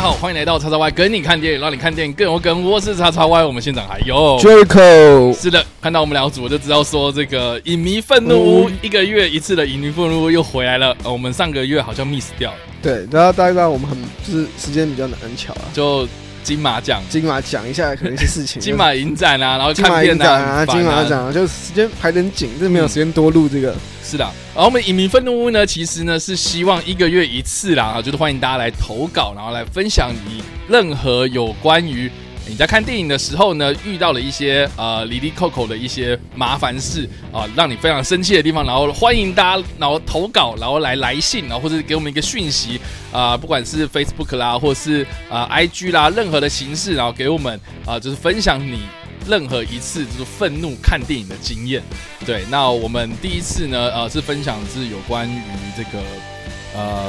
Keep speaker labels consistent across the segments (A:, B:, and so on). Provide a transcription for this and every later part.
A: 好，欢迎来到叉叉 Y 跟你看电影，让你看电影更有梗。我是叉叉 Y，我们现场还有
B: Jericho，
A: 是的，看到我们两组我就知道说这个影迷愤怒屋、一个月一次的影迷愤怒屋又回来了。呃，我们上个月好像 miss 掉了，
B: 对，然后大家知道我们很就是时间比较难巧啊，
A: 就金马奖、
B: 金马讲一下可能一些事 情，
A: 金马影展啊，然后
B: 金
A: 看
B: 马
A: 片
B: 影展
A: 啊，
B: 啊，
A: 很烦
B: 金马奖啊，就时间排得很紧，真的没有时间多录这个。
A: 是的，而我们影迷愤怒屋呢，其实呢是希望一个月一次啦，啊，就是欢迎大家来投稿，然后来分享你任何有关于你在看电影的时候呢遇到了一些呃离离扣扣的一些麻烦事啊，让你非常生气的地方，然后欢迎大家然后投稿，然后来来信，然后或者给我们一个讯息啊、不管是 Facebook 啦，或是啊、IG 啦，任何的形式，然后给我们啊、就是分享你任何一次就是愤怒看电影的经验。对，那我们第一次呢，呃，是分享是有关于这个呃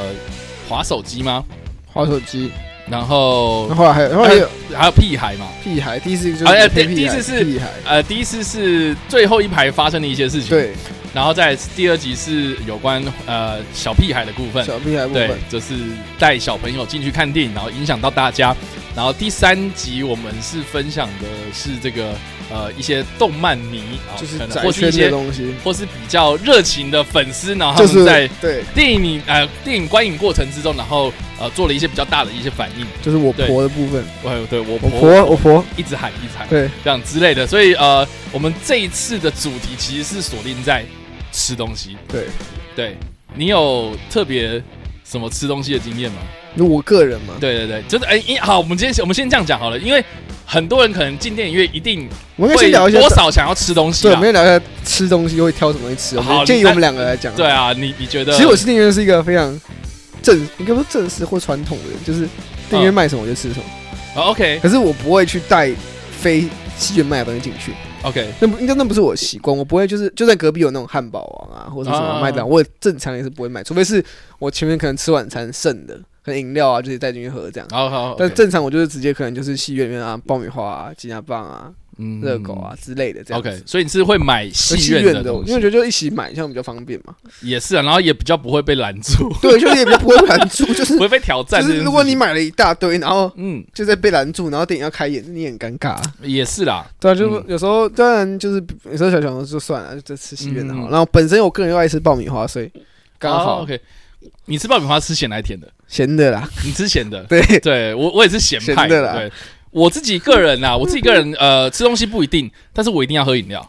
A: 滑手机吗？
B: 滑手机，
A: 然后
B: 然后后来还有后来还有
A: 还有屁孩嘛？
B: 屁孩，第一次就是
A: 哎
B: 陪
A: 第
B: 屁孩
A: 第一次是
B: 屁孩，
A: 呃，第一次是最后一排发生的一些事情，，
B: 对，
A: 然后再来是第二集是有关呃小屁孩的部分，
B: 小屁孩部
A: 对
B: 分，，
A: 就是带小朋友进去看电影，然后影响到大家。然后第三集我们是分享的是这个呃一些动漫迷，啊
B: 就是
A: 可能
B: 宅
A: 或是一
B: 圈的
A: 些
B: 东西，
A: 或是比较热情的粉丝，然后他们
B: 就是
A: 在。
B: 对，
A: 电影里呃电影观影过程之中，然后呃做了一些比较大的一些反应，
B: 就是我
A: 对
B: 婆的部分，
A: 我对我
B: 我
A: 婆
B: 婆我婆，
A: 一直喊一直喊
B: 对，
A: 这样之类的，所以呃我们这一次的主题其实是锁定在吃东西。
B: 对，
A: 对你有特别什么吃东西的经验吗？
B: 就我个人嘛，
A: 对对对，就是哎、因好，我们今天我们先这样讲好了，因为很多人可能进电影院一定
B: 我们应该
A: 会
B: 先聊一些
A: 多少想要吃东西
B: 对，我
A: 啊
B: 们。先聊一下吃东西会挑什么东西吃，我
A: 好
B: 们建议我们两个来讲，
A: 对。啊，你你觉得？
B: 其实我是电影院是一个非常正，应该说正式或传统的人，就是电影院卖什么我就吃什么。
A: 哦，OK
B: 可是我不会去带非戏院卖的东西进去，
A: OK，
B: 那不应该那不是我的习惯，我不会就是就算隔壁有那种汉堡王啊或者什
A: 啊
B: 么麦当劳，我也正常也是不会买，除非是我前面可能吃晚餐剩的，可能饮料啊就是带进去喝这样。
A: 好好，
B: 但
A: 哦 OK
B: 正常我就是直接可能就是戏院里面啊爆米花啊鸡鸭棒啊
A: 嗯
B: 热狗啊之类的这样子。
A: OK，所以你是会买戏
B: 戏
A: 院的
B: 的，
A: 东
B: 因
A: 西
B: 为我觉得就一起买，这样比较方便嘛。
A: 也是啊，然后也比较不会被拦 住，
B: 对，就是也比较不会拦住，就是
A: 不会被挑战
B: 就
A: 这件事情。
B: 是如果你买了一大堆，然后
A: 嗯
B: 就在被拦住，然后电影要开演，你也很尴尬、
A: 也是啦，
B: 对啊，就
A: 嗯
B: 有时候、当然就是有时候小强就算了，就吃西边的好了。
A: 嗯
B: 然后本身我个人又爱吃爆米花，所以刚
A: 哦
B: 好
A: OK。你吃爆米花吃咸还是甜的？
B: 咸的啦。，
A: 你吃咸的
B: 对，
A: 对我我也是咸派
B: 咸的啦
A: 对，我自己个人啊 呐，我自己个人呃吃东西不一定，但是我一定要喝饮料。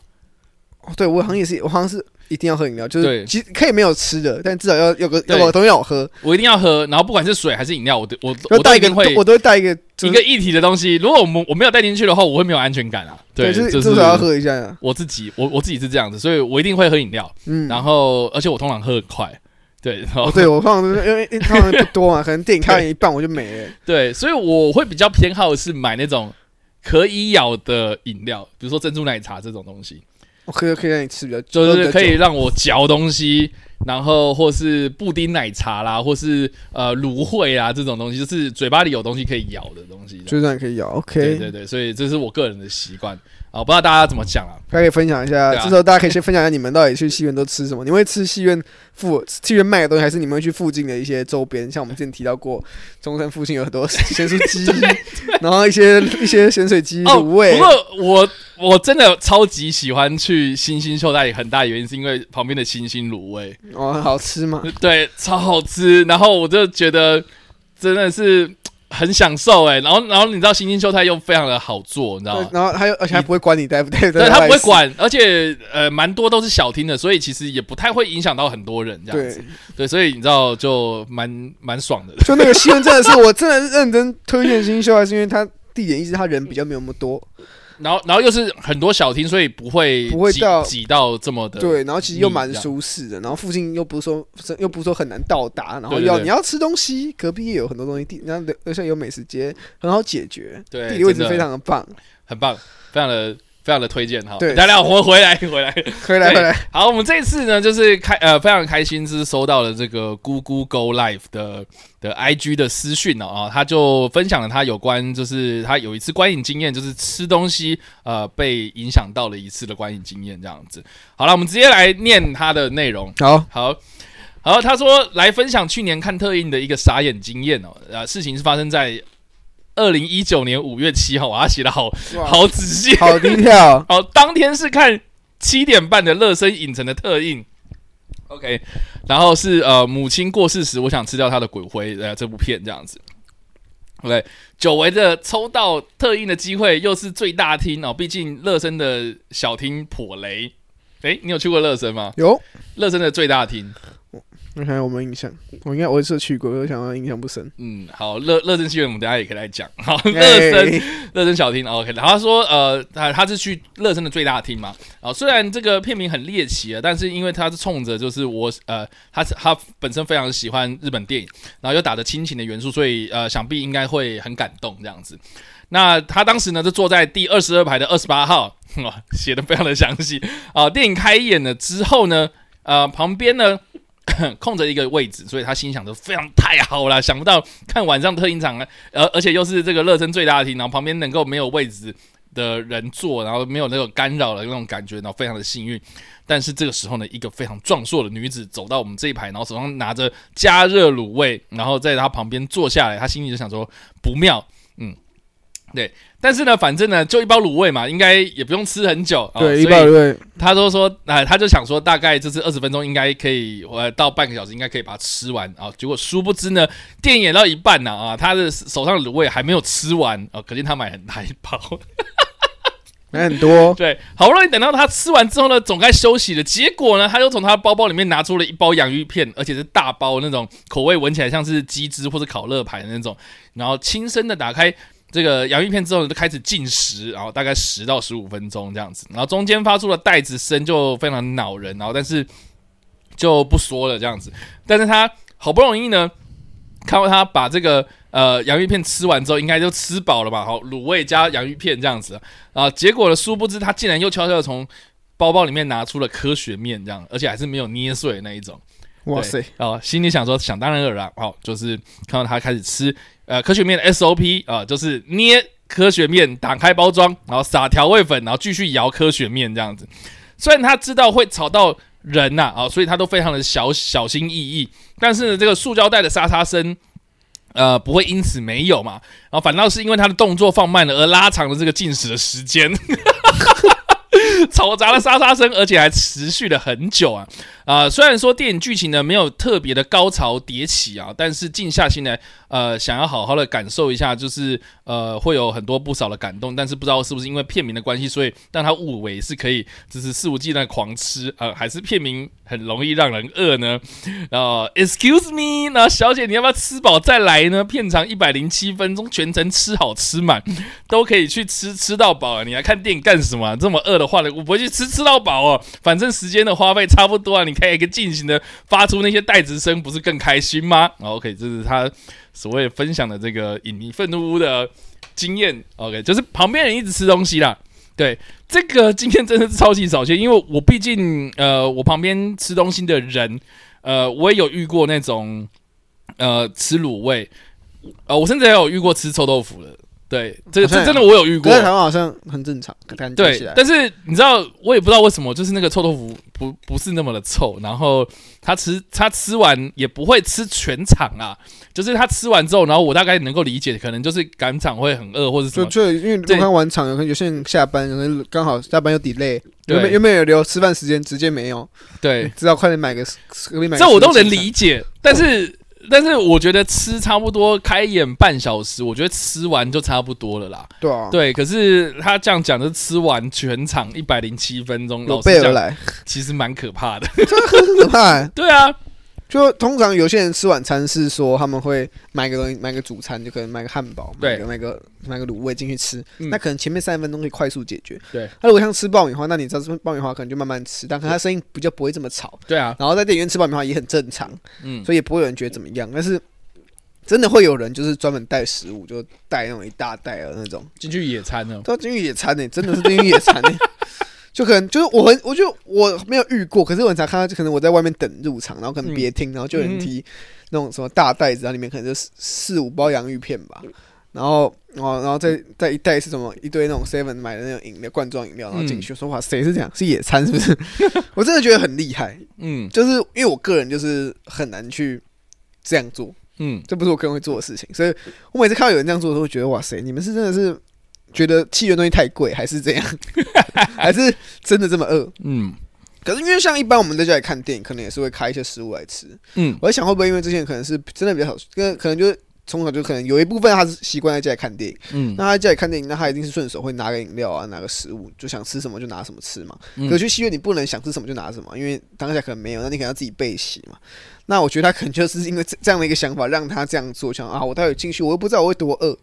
B: 哦对我好像也是，我好像是一定要喝饮料，就
A: 对
B: 是其实可以没有吃的，但至少要有个
A: 对
B: 有个东西让我喝，
A: 我一定要喝，然后不管是水还是饮料，我都我
B: 要
A: 我都
B: 带
A: 一
B: 一个
A: 定会
B: 我都会带一个
A: 一
B: 就是
A: 个一体的东西。如果我们我没有带进去的话，我会没有安全感啊。
B: 对，就
A: 就是是
B: 至少要喝一下呀。
A: 我自己，我我自己是这样子，所以我一定会喝饮料。
B: 嗯，
A: 然后而且我通常喝很快，对，然后
B: 哦对我放因为因为他们不多嘛，可能电影看完一半我就没了。
A: 对，所以我会比较偏好的是买那种可以咬的饮料，比如说珍珠奶茶这种东西，
B: 我可以可以让你吃比较，
A: 就是可以
B: 比较久
A: 让我嚼东西，然后或是布丁奶茶啦，或是呃芦荟啊这种东西，就是嘴巴里有东西可以咬的东西。
B: 就是让你可以咬。
A: 对
B: OK，
A: 对对，所以这是我个人的习惯啊，不知道大家怎么讲啊？
B: 大家可以分享一下，
A: 对啊
B: 这时候大家可以先分享一下你们到底去戏院都吃什么？你们会吃戏院附戏院卖的东西，还是你们会去附近的一些周边？像我们之前提到过，中山附近有很多咸酥 鸡，然后一些一些咸水鸡、
A: 哦，
B: 卤
A: 不
B: 味。
A: 过我 我真的超级喜欢去星星秀大理，很大原因是因为旁边的星星卤味。
B: 哦，好吃嘛？
A: 对，超好吃。然后我就觉得真的是很享受哎、然后，然后你知道，星星秀太又非常的好做，你知道吗？
B: 然后还有，而且还不会管你带不带，
A: 对
B: 带
A: 他不会
B: 带
A: 管，而且呃，蛮多都是小厅的，所以其实也不太会影响到很多人这样
B: 对
A: 子。，对，所以你知道就蛮蛮爽的。
B: 就那个戏院真的是，我真的是认真推荐新秀，还啊是因为它地点一直它人比较没有那么多，
A: 然后，然后又是很多小厅，所以不会
B: 不会
A: 挤
B: 到
A: 挤到这么的。
B: 对，然后其实又
A: 腻
B: 蛮
A: 这样
B: 舒适的，然后附近又不是说又不是说很难到达，然后
A: 对对
B: 要
A: 对
B: 你要吃东西，隔壁也有很多东西地，然后而且有美食街，很好解决，
A: 对，
B: 地理位置
A: 真的
B: 非常的棒。
A: 很棒，非常的非常的推荐哈。
B: 对
A: 来来，我回来回来。
B: 回来
A: 对
B: 回来，
A: 好，我们这一次呢，就是开呃非常开心，是收到了这个咕咕 Go Live 的的 IG 的私讯哦，啊，他就分享了他有关就是他有一次观影经验，就是吃东西呃被影响到了一次的观影经验这样子。好了，我们直接来念他的内容。
B: 好，
A: 好。好，他说来分享去年看特映的一个傻眼经验哦。呃，事情是发生在二零一九年五月七号，哇，他写的好
B: 哇
A: 好仔细。，
B: 好低调
A: 好，当天是看七点半的乐生影城的特映。OK，然后是呃母亲过世时，我想吃掉她的骨灰，呃这部片这样子。OK，久违的抽到特映的机会，又是最大厅哦，毕竟乐生的小厅颇雷。诶，你有去过乐生吗？
B: 有，
A: 乐生的最大厅，
B: 我看我没有印象，我应该我是去过，我想要印象不深。
A: 嗯，好，乐乐生戏院我们等一下也可以来讲。好，乐生
B: 哎
A: 乐声小厅，OK。然后他哦说，呃，他他是去乐声的最大厅嘛。啊，虽然这个片名很猎奇啊，但是因为他是冲着就是我，呃，他是他本身非常喜欢日本电影，然后又打着亲情的元素，所以呃，想必应该会很感动这样子。那他当时呢，就坐在第二十二排的二十八号，哇，写的非常的详细啊。电影开演了之后呢，呃，旁边呢 空着一个位置，所以他心想着非常太好了，想不到看晚上特映场，而、而且又是这个乐声最大的厅，然后旁边能够没有位置的人坐，然后没有那种干扰的那种感觉，然后非常的幸运。但是这个时候呢，一个非常壮硕的女子走到我们这一排，然后手上拿着加热卤味，然后在她旁边坐下来，她心里就想说不妙，嗯。对，但是呢，反正呢，就一包卤味嘛，应该也不用吃很久。哦
B: 对，一
A: 所以
B: 百对，
A: 他都说，啊、他就想说，大概就是二十分钟应该可以，呃，到半个小时应该可以把它吃完啊。结果殊不知呢，电影演到一半呢、啊，他的手上的卤味还没有吃完啊，可见他买很大一包。，
B: 买很多
A: 对，好不容易等到他吃完之后呢，总该休息了。结果呢，他又从他的包包里面拿出了一包洋芋片，而且是大包那种，口味闻起来像是鸡汁或者烤乐牌的那种。然后轻声的打开这个洋芋片之后呢，就开始进食，然后大概十到十五分钟这样子。然后中间发出的袋子声就非常恼人，然后但是就不说了这样子。但是他好不容易呢，看到他把这个呃洋芋片吃完之后，应该就吃饱了吧？好，卤味加洋芋片这样子。啊，结果呢，殊不知他竟然又悄悄的从包包里面拿出了科学面，这样，而且还是没有捏碎的那一种。
B: 哇塞
A: 对！，哦，心里想说，想当然尔啦，哦，就是看到他开始吃，呃，科学面的 SOP 啊、就是捏科学面，打开包装，然后撒调味粉，然后继续摇科学面这样子。虽然他知道会吵到人呐、啊，哦，所以他都非常的小小心翼翼，但是呢，这个塑胶袋的沙沙声。呃，不会因此没有嘛？然后反倒是因为他的动作放慢了，而拉长了这个进食的时间， 嘈杂的沙沙声，而且还持续了很久啊！啊、虽然说电影剧情呢没有特别的高潮迭起啊，但是静下心来，呃，想要好好的感受一下，就是呃，会有很多不少的感动，但是不知道是不是因为片名的关系，所以让他误以为是可以就是肆无忌惮地狂吃，呃，还是片名很容易让人饿呢？然后 Excuse me，那小姐你要不要吃饱再来呢？片长一百零七分钟，全程吃好吃满，都可以去吃吃到饱啊！你来看电影干什么啊、这么饿的话呢，我不会去吃吃到饱哦。反正时间的花费差不多啊，你可以尽情的发出那些带子声，不是更开心吗哦？OK，这是他所谓分享的这个影迷愤怒屋的经验。OK，就是旁边人一直吃东西啦。对，这个经验真的是超级少见，因为我毕竟呃，我旁边吃东西的人，呃，我也有遇过那种呃吃卤味，呃，我甚至还有遇过吃臭豆腐的。对，这个
B: 好像
A: 这真的我有遇过
B: 可是，台湾好像很正常，感觉起
A: 对
B: 来，。
A: 但是你知道，我也不知道为什么，就是那个臭豆腐不不是那么的臭，然后他吃他吃完也不会吃全场啊，就是他吃完之后，然后我大概能够理解，可能就是赶场会很饿或者什
B: 就
A: 么，
B: 就因为我
A: 对
B: 看晚场，有可能有些人下班，有可能刚好下班又 delay，
A: 对
B: 原本原本有留吃饭时间，直接没有，
A: 对，
B: 知道快点买个，隔壁买个
A: 这我都能
B: 吃的
A: 理解，但是。但是我觉得吃差不多开演半小时，我觉得吃完就差不多了啦。
B: 对啊，
A: 对，可是他这样讲，就是吃完全场一百零七分钟，老
B: 有
A: 实
B: 备而
A: 讲，
B: 来，
A: 其实蛮可怕的。
B: 很可怕欸。
A: 对啊，
B: 就通常有些人吃晚餐是说他们会买个东西，买个主餐，就可能买个汉堡，
A: 对
B: 买个买个买个卤味进去吃。
A: 嗯
B: 那可能前面三十分钟可以快速解决。
A: 对
B: 那如果像吃爆米花，那你知道爆米花可能就慢慢吃，但可能它声音比较不会这么吵。
A: 对啊，
B: 然后在电影院吃爆米花也很正常，
A: 嗯，
B: 所以也不会有人觉得怎么样。但是真的会有人就是专门带食物，就带那种一大袋的那种。
A: 进去野餐呢，
B: 到监啊狱野餐呢、真的是监狱野餐呢、欸 就可能就是我很，我就我没有遇过，可是我很常看到，就可能我在外面等入场，然后可能别厅，然后就有人提那种什么大袋子，然后里面可能就四四五包洋芋片吧，然后然后然后再再一袋是什么一堆那种 seven 买的那种饮料罐装饮料，然后进去说哇谁是这样是野餐是不是？ 我真的觉得很厉害，
A: 嗯
B: 就是因为我个人就是很难去这样做，
A: 嗯，
B: 这不是我个人会做的事情，所以我每次看到有人这样做的时候，会觉得哇塞，你们是真的是觉得气源东西太贵，还是怎样， 还是真的这么饿？
A: 嗯
B: 可是因为像一般我们在家里看电影，可能也是会开一些食物来吃。
A: 嗯
B: 我在想会不会因为这些人可能是真的比较少，跟可能就是从小就可能有一部分他是习惯在家里看电影，
A: 嗯
B: 那他在家里看电影，那他一定是顺手会拿个饮料啊，拿个食物，就想吃什么就拿什么吃嘛。
A: 嗯
B: 可去戏院你不能想吃什么就拿什么，因为当下可能没有，那你可能要自己备洗嘛。那我觉得他可能就是因为这这样的一个想法，让他这样做，想啊，我待会进去，我又不知道我会多饿，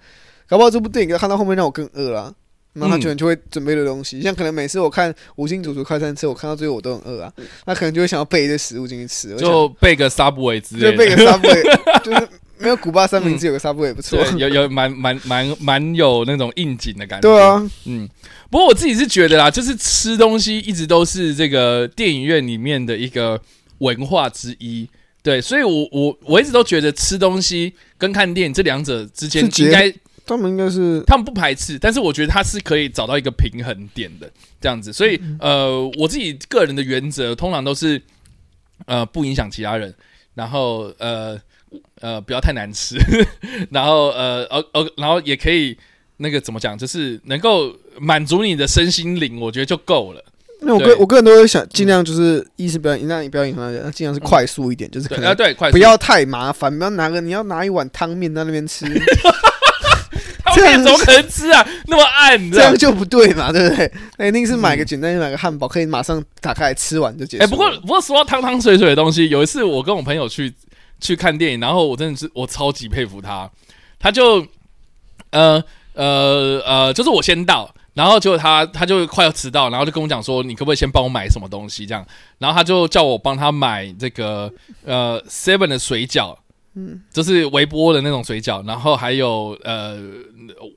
B: 搞不好这部电影看到后面让我更饿啦。
A: 嗯
B: 那他可能就会准备的东西，像可能每次我看《五星主厨快餐车》，我看到最后我都很饿啊，那可能就会想要备一堆食物进去吃，我
A: 嗯
B: 想
A: 就备个 Subway 之类
B: 就
A: 的，
B: 备个 Subway，就是没有古巴三明治有个 Subway 也不错。
A: 嗯对有有蛮蛮蛮蛮有那种应景的感觉。
B: 对，啊，
A: 嗯，不过我自己是觉得啦，就是吃东西一直都是这个电影院里面的一个文化之一。对，所以我我我一直都觉得吃东西跟看电影这两者之间
B: 是结
A: 应该
B: 他们应该是
A: 他们不排斥，但是我觉得他是可以找到一个平衡点的这样子。所以
B: 嗯
A: 呃，我自己个人的原则通常都是呃不影响其他人，然后呃呃不要太难吃， 然后呃呃呃，然后也可以那个怎么讲，就是能够满足你的身心灵，我觉得就够了。
B: 那我
A: 对
B: 个我个人都会想尽量就是一是不要让你不要影响到人，那尽量是快速一点，就是
A: 对
B: 可
A: 啊，
B: 能
A: 对，快速
B: 不要太麻烦，不要拿个你要拿一碗汤面在那 边吃，
A: 他
B: 这样
A: 们怎么可能吃啊？那么暗，
B: 这样就不对嘛，对不对？那一定是买个简单，买个汉堡可以马上打开来吃完就结
A: 哎、
B: 束。
A: 不过不过说到汤汤水水的东西，有一次我跟我朋友去去看电影，然后我真的是我超级佩服他，他就呃呃呃，就是我先到。然后结果他他就快要迟到，然后就跟我讲说，你可不可以先帮我买什么东西这样？然后他就叫我帮他买这个呃 Seven 的水饺，嗯，就是微波的那种水饺，然后还有呃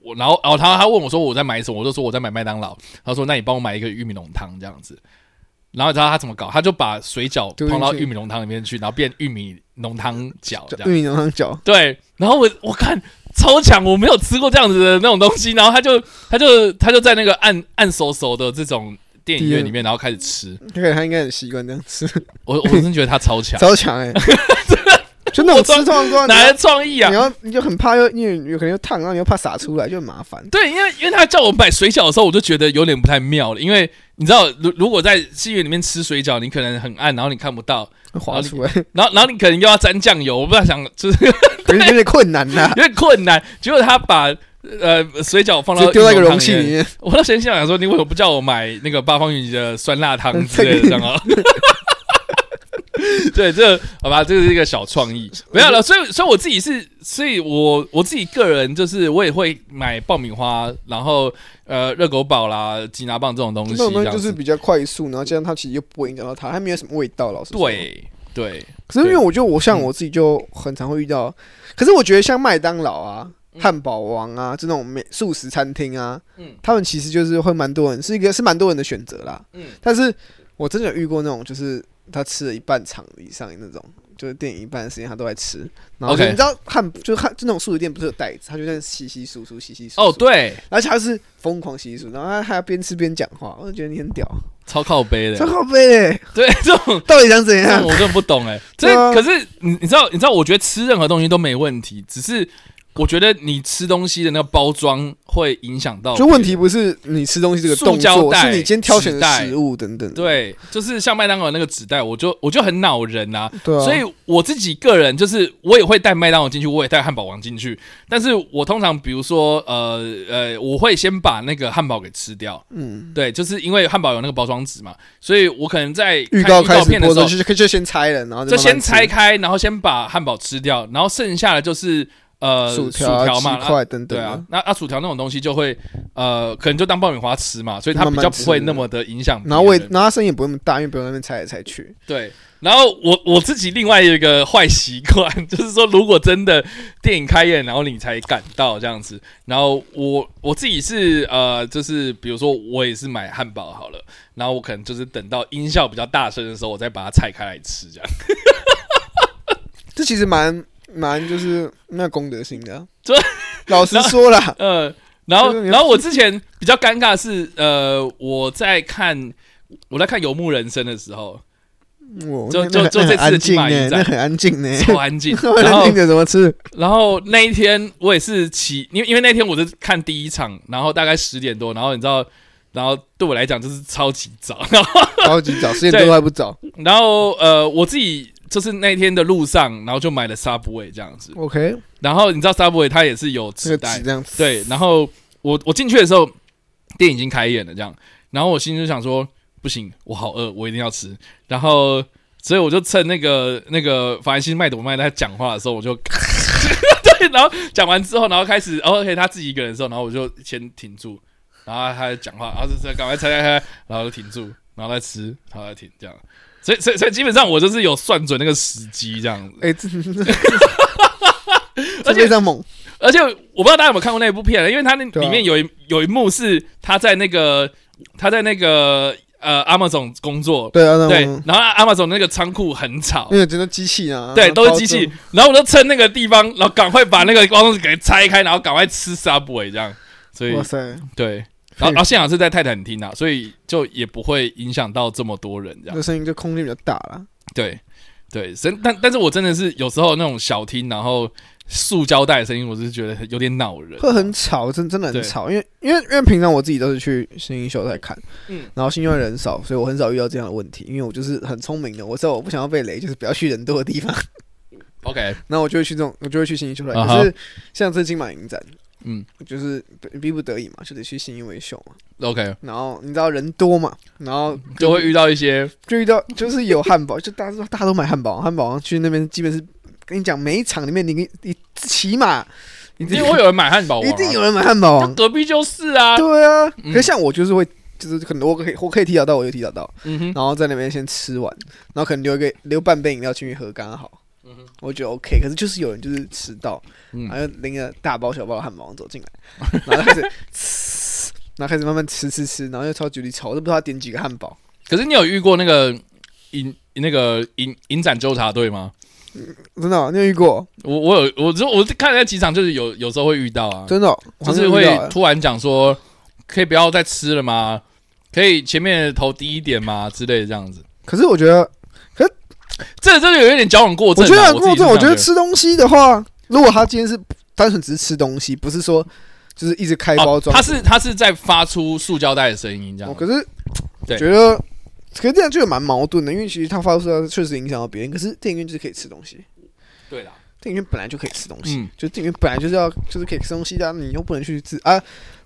A: 我，然后哦他他问我说我在买什么，我就说我在买麦当劳，他说那你帮我买一个玉米浓汤这样子。然后你知道他怎么搞？他就把水饺
B: 丢进去
A: 放到玉米浓汤里面去，然后变玉米浓汤饺这
B: 就
A: 样
B: 玉。米浓汤饺，
A: 对，然后我我看超强，我没有吃过这样子的那种东西，然后他就他就他就在那个暗暗熟熟的这种电影院里面，然后开始吃，
B: 对，他应该很习惯这样吃，
A: 我我真的觉得他超 强，
B: 超强哎，就 那种吃通常
A: 哪来
B: 你
A: 的创意
B: 要
A: 啊
B: 你？要你就很怕又因为有可能又烫，然后你又怕洒出来，就很麻烦。
A: 对，因为因为他叫我买水饺的时候，我就觉得有点不太妙了，因为你知道，如如果在戏院里面吃水饺，你可能很暗，然后你看不到，
B: 滑出来，
A: 然后然后你可能又要沾酱油，我不知道想就是
B: 可 是有点困难 呐，
A: 有点困难，结果他把。呃，水饺放到
B: 就丢在一个
A: 运动
B: 容
A: 汤
B: 器
A: 面
B: 里面。
A: 我到前心想说，你为什么不叫我买那个八方云集的酸辣汤之类的这样啊？ 对，这好吧，这是一个小创 意，没有了。所以，所以我自己是，所以我我自己个人就是，我也会买爆米花，然后呃热狗堡啦、吉拿棒这种东西，
B: 那种东
A: 这
B: 西
A: 样
B: 就是
A: 子。
B: 比较快速，然后加上它其实又不会影响到它，它没有什么味道。老师，
A: 对对，
B: 可是因为
A: 对
B: 我觉得我像
A: 嗯
B: 我自己就很常会遇到，可是我觉得像麦当劳啊、汉堡王啊这种美素食餐厅啊，
A: 嗯
B: 他们其实就是会蛮多人，是一个是蛮多人的选择啦。
A: 嗯
B: 但是我真的有遇过那种，就是他吃了一半场以上的那种。就是电影一半的时间他都在吃，然后就
A: OK
B: 你知道汉就是汉就那种素食店不是有袋子，他就在那洗洗数数洗洗数
A: 哦，，对，
B: 而且他是疯狂洗洗数，然后他还要边吃边讲话，我就觉得你很屌，
A: 超靠背
B: 超
A: 的，
B: 靠背嘞，
A: 对这种。
B: 到底想怎
A: 啊 这
B: 样
A: 种？我真的不懂哎、
B: 对啊
A: 这可是你你知道你知道，我觉得吃任何东西都没问题，只是我觉得你吃东西的那个包装会影响到别
B: 就
A: 人。
B: 问题不是你吃东西这个动
A: 塑胶
B: 作，
A: 袋
B: 是你今天挑选
A: 纸
B: 的
A: 袋
B: 食物等等。
A: 对，啊就是像麦当劳那个纸袋，我就我就很恼人啊。
B: 对啊，
A: 所以我自己个人就是，我也会带麦当劳进去，我也带汉堡王进去，但是我通常比如说，呃呃，我会先把那个汉堡给吃掉，
B: 嗯，
A: 对，就是因为汉堡有那个包装纸嘛，所以我可能在看
B: 预告开始
A: 片的
B: 播
A: 时候
B: 的，时候就就先拆了，然后
A: 就
B: 再慢慢
A: 先
B: 吃
A: 拆开，然后先把汉堡吃掉，然后剩下的就是呃
B: 薯
A: 条
B: 条
A: 嘛，
B: 鸡
A: 啊
B: 块等
A: 对
B: 等的
A: 啊，，那啊薯条那种东西就会呃可能就当爆米花吃嘛，所以它比
B: 慢慢
A: 较不会
B: 吃
A: 那么的影响别人。
B: 然后味，然后它声音也不会那么大，因为不用那边拆来拆去。
A: 对，然后我我自己另外有一个坏习惯，就是说，如果真的电影开演，然后你才赶到这样子，然后我我自己是呃，就是比如说我也是买汉堡好了，然后我可能就是等到音效比较大声的时候，我再把它拆开来吃，这样
B: 这其实蛮蛮就是那功德性的啊
A: 这。
B: 老实说啦，
A: 呃，然后
B: 就是你
A: 然后我之前比较尴尬的是呃，我在看我在看《游牧人生》的时候，
B: 我
A: 就
B: 那
A: 就
B: 那
A: 就这
B: 那很
A: 次的
B: 安
A: 金
B: 静
A: 马影
B: 呢，
A: 展
B: 那很安静呢，。
A: 超安静
B: 那
A: 然
B: 安
A: 后
B: 静的怎么吃？
A: 然后那一天我也是起，因为因为那天我是看第一场，然后大概十点多，然后你知道，然后对我来讲就是超级早， 然后
B: 超级早，十点
A: 对
B: 多还不早。
A: 然后呃我自己就是那天的路上，然后就买了 Subway 这样子，
B: OK，
A: 然后你知道 Subway 它也是有
B: 这
A: 磁
B: 个
A: 带
B: 纸，这样子，
A: 对，然后我我进去的时候，电影已经开演了，这样，然后我心里就想说，不行，我好饿，我一定要吃。然后，所以我就趁那个那个法兰西麦朵麦在讲话的时候，我就， 对，然后讲完之后，然后开始哦，OK，他自己一个人的时候，然后我就先停住，然后他在讲话，然后就赶快猜猜猜，然后就停住，然后再吃，然后再停，这样。所以，所以，所以基本上我就是有算准那个时机这样子。
B: 哎，这这非常猛，
A: 而且我不知道大家有没有看过那一部片，因为它那
B: 对啊
A: 里面有一、有一幕是他在那个他在那个呃 Amazon 工作，
B: 对啊，那
A: 对
B: 种，
A: 然后 Amazon 那个仓库很吵。
B: 因为真的机器嗯啊，
A: 对，
B: 然后
A: 都是机器
B: 包，
A: 然后我就趁那个地方，然后赶快把那个包装纸给拆开，然后赶快吃 Subway 这样，所
B: 装。
A: 以
B: 哇塞，
A: 对，然后
B: 嘿
A: 然后现场是在泰坦厅啊，所以就也不会影响到这么多人这样
B: 这。声音就空间比较大了。
A: 对对，真但但是我真的是有时候那种小厅，然后塑胶袋的声音，我是觉得有点恼人，
B: 会很吵，真真的很
A: 对
B: 吵，因为因为因为平常我自己都是去新英秀在看，
A: 嗯
B: 然后新英秀人少，所以我很少遇到这样的问题，因为我就是很聪明的，我知道我不想要被雷，就是不要去人多的地方，
A: OK，
B: 然后我就会去这种，我就会去新英秀来。
A: 啊哈
B: 可是像这金马影展，
A: 嗯
B: 就是逼逼不得已嘛，就得去新英维秀嘛，
A: ，OK，
B: 然后你知道人多嘛，然后
A: 就会遇到一些
B: 就遇到就是有汉堡， 就大家都大家都买汉堡，汉堡去那边基本是跟你讲，每一场里面你你你起码一
A: 一定会有人买汉堡王、啊
B: 一定有人买汉堡王
A: 就，隔壁就是啊，
B: 对啊，
A: 嗯
B: 可是像我就是会，就是可能我可以我可以提早到，我就提早到，
A: 嗯哼，
B: 然后在那边先吃完，然后可能留一个留半杯饮料进去喝刚好，我觉得 OK。可是就是有人就是迟到，
A: 嗯
B: 然后拎着大包小包的汉堡王走进来，然后开始 吃，然后开始慢慢吃吃吃，然后又超距离吵，我都不知道他点几个汉堡。
A: 可是你有遇过那个影那个影影展纠察队吗？
B: 真的哦、你有遇过？
A: 我我有我就我看那几场就是有有时候会遇到啊，
B: 真的哦、我
A: 就
B: 好像
A: 是
B: 有遇
A: 会
B: 到欸
A: 突然讲说可以不要再吃了吗？可以前面头低一点吗？之类的这样子，
B: 可是我觉得，
A: 这这就有一点矫枉过
B: 我
A: 正、啊。
B: 觉得
A: 自己
B: 过
A: 是这
B: 正，
A: 样
B: 我觉得吃东西的话，如果他今天是单纯只是吃东西，不是说就是一直开包
A: 哦，
B: 装，
A: 他是他是在发出塑胶袋的声音这样
B: 哦，。可是
A: 对
B: 我觉得，可是这样就有蛮矛盾的，因为其实他发出来确实影响到别人，可是电影院就是可以吃东西，
A: 对啦，
B: 电影院本来就可以吃东西，
A: 嗯
B: 就电影院本来就是要就是可以吃东西的啊、你又不能去吃啊。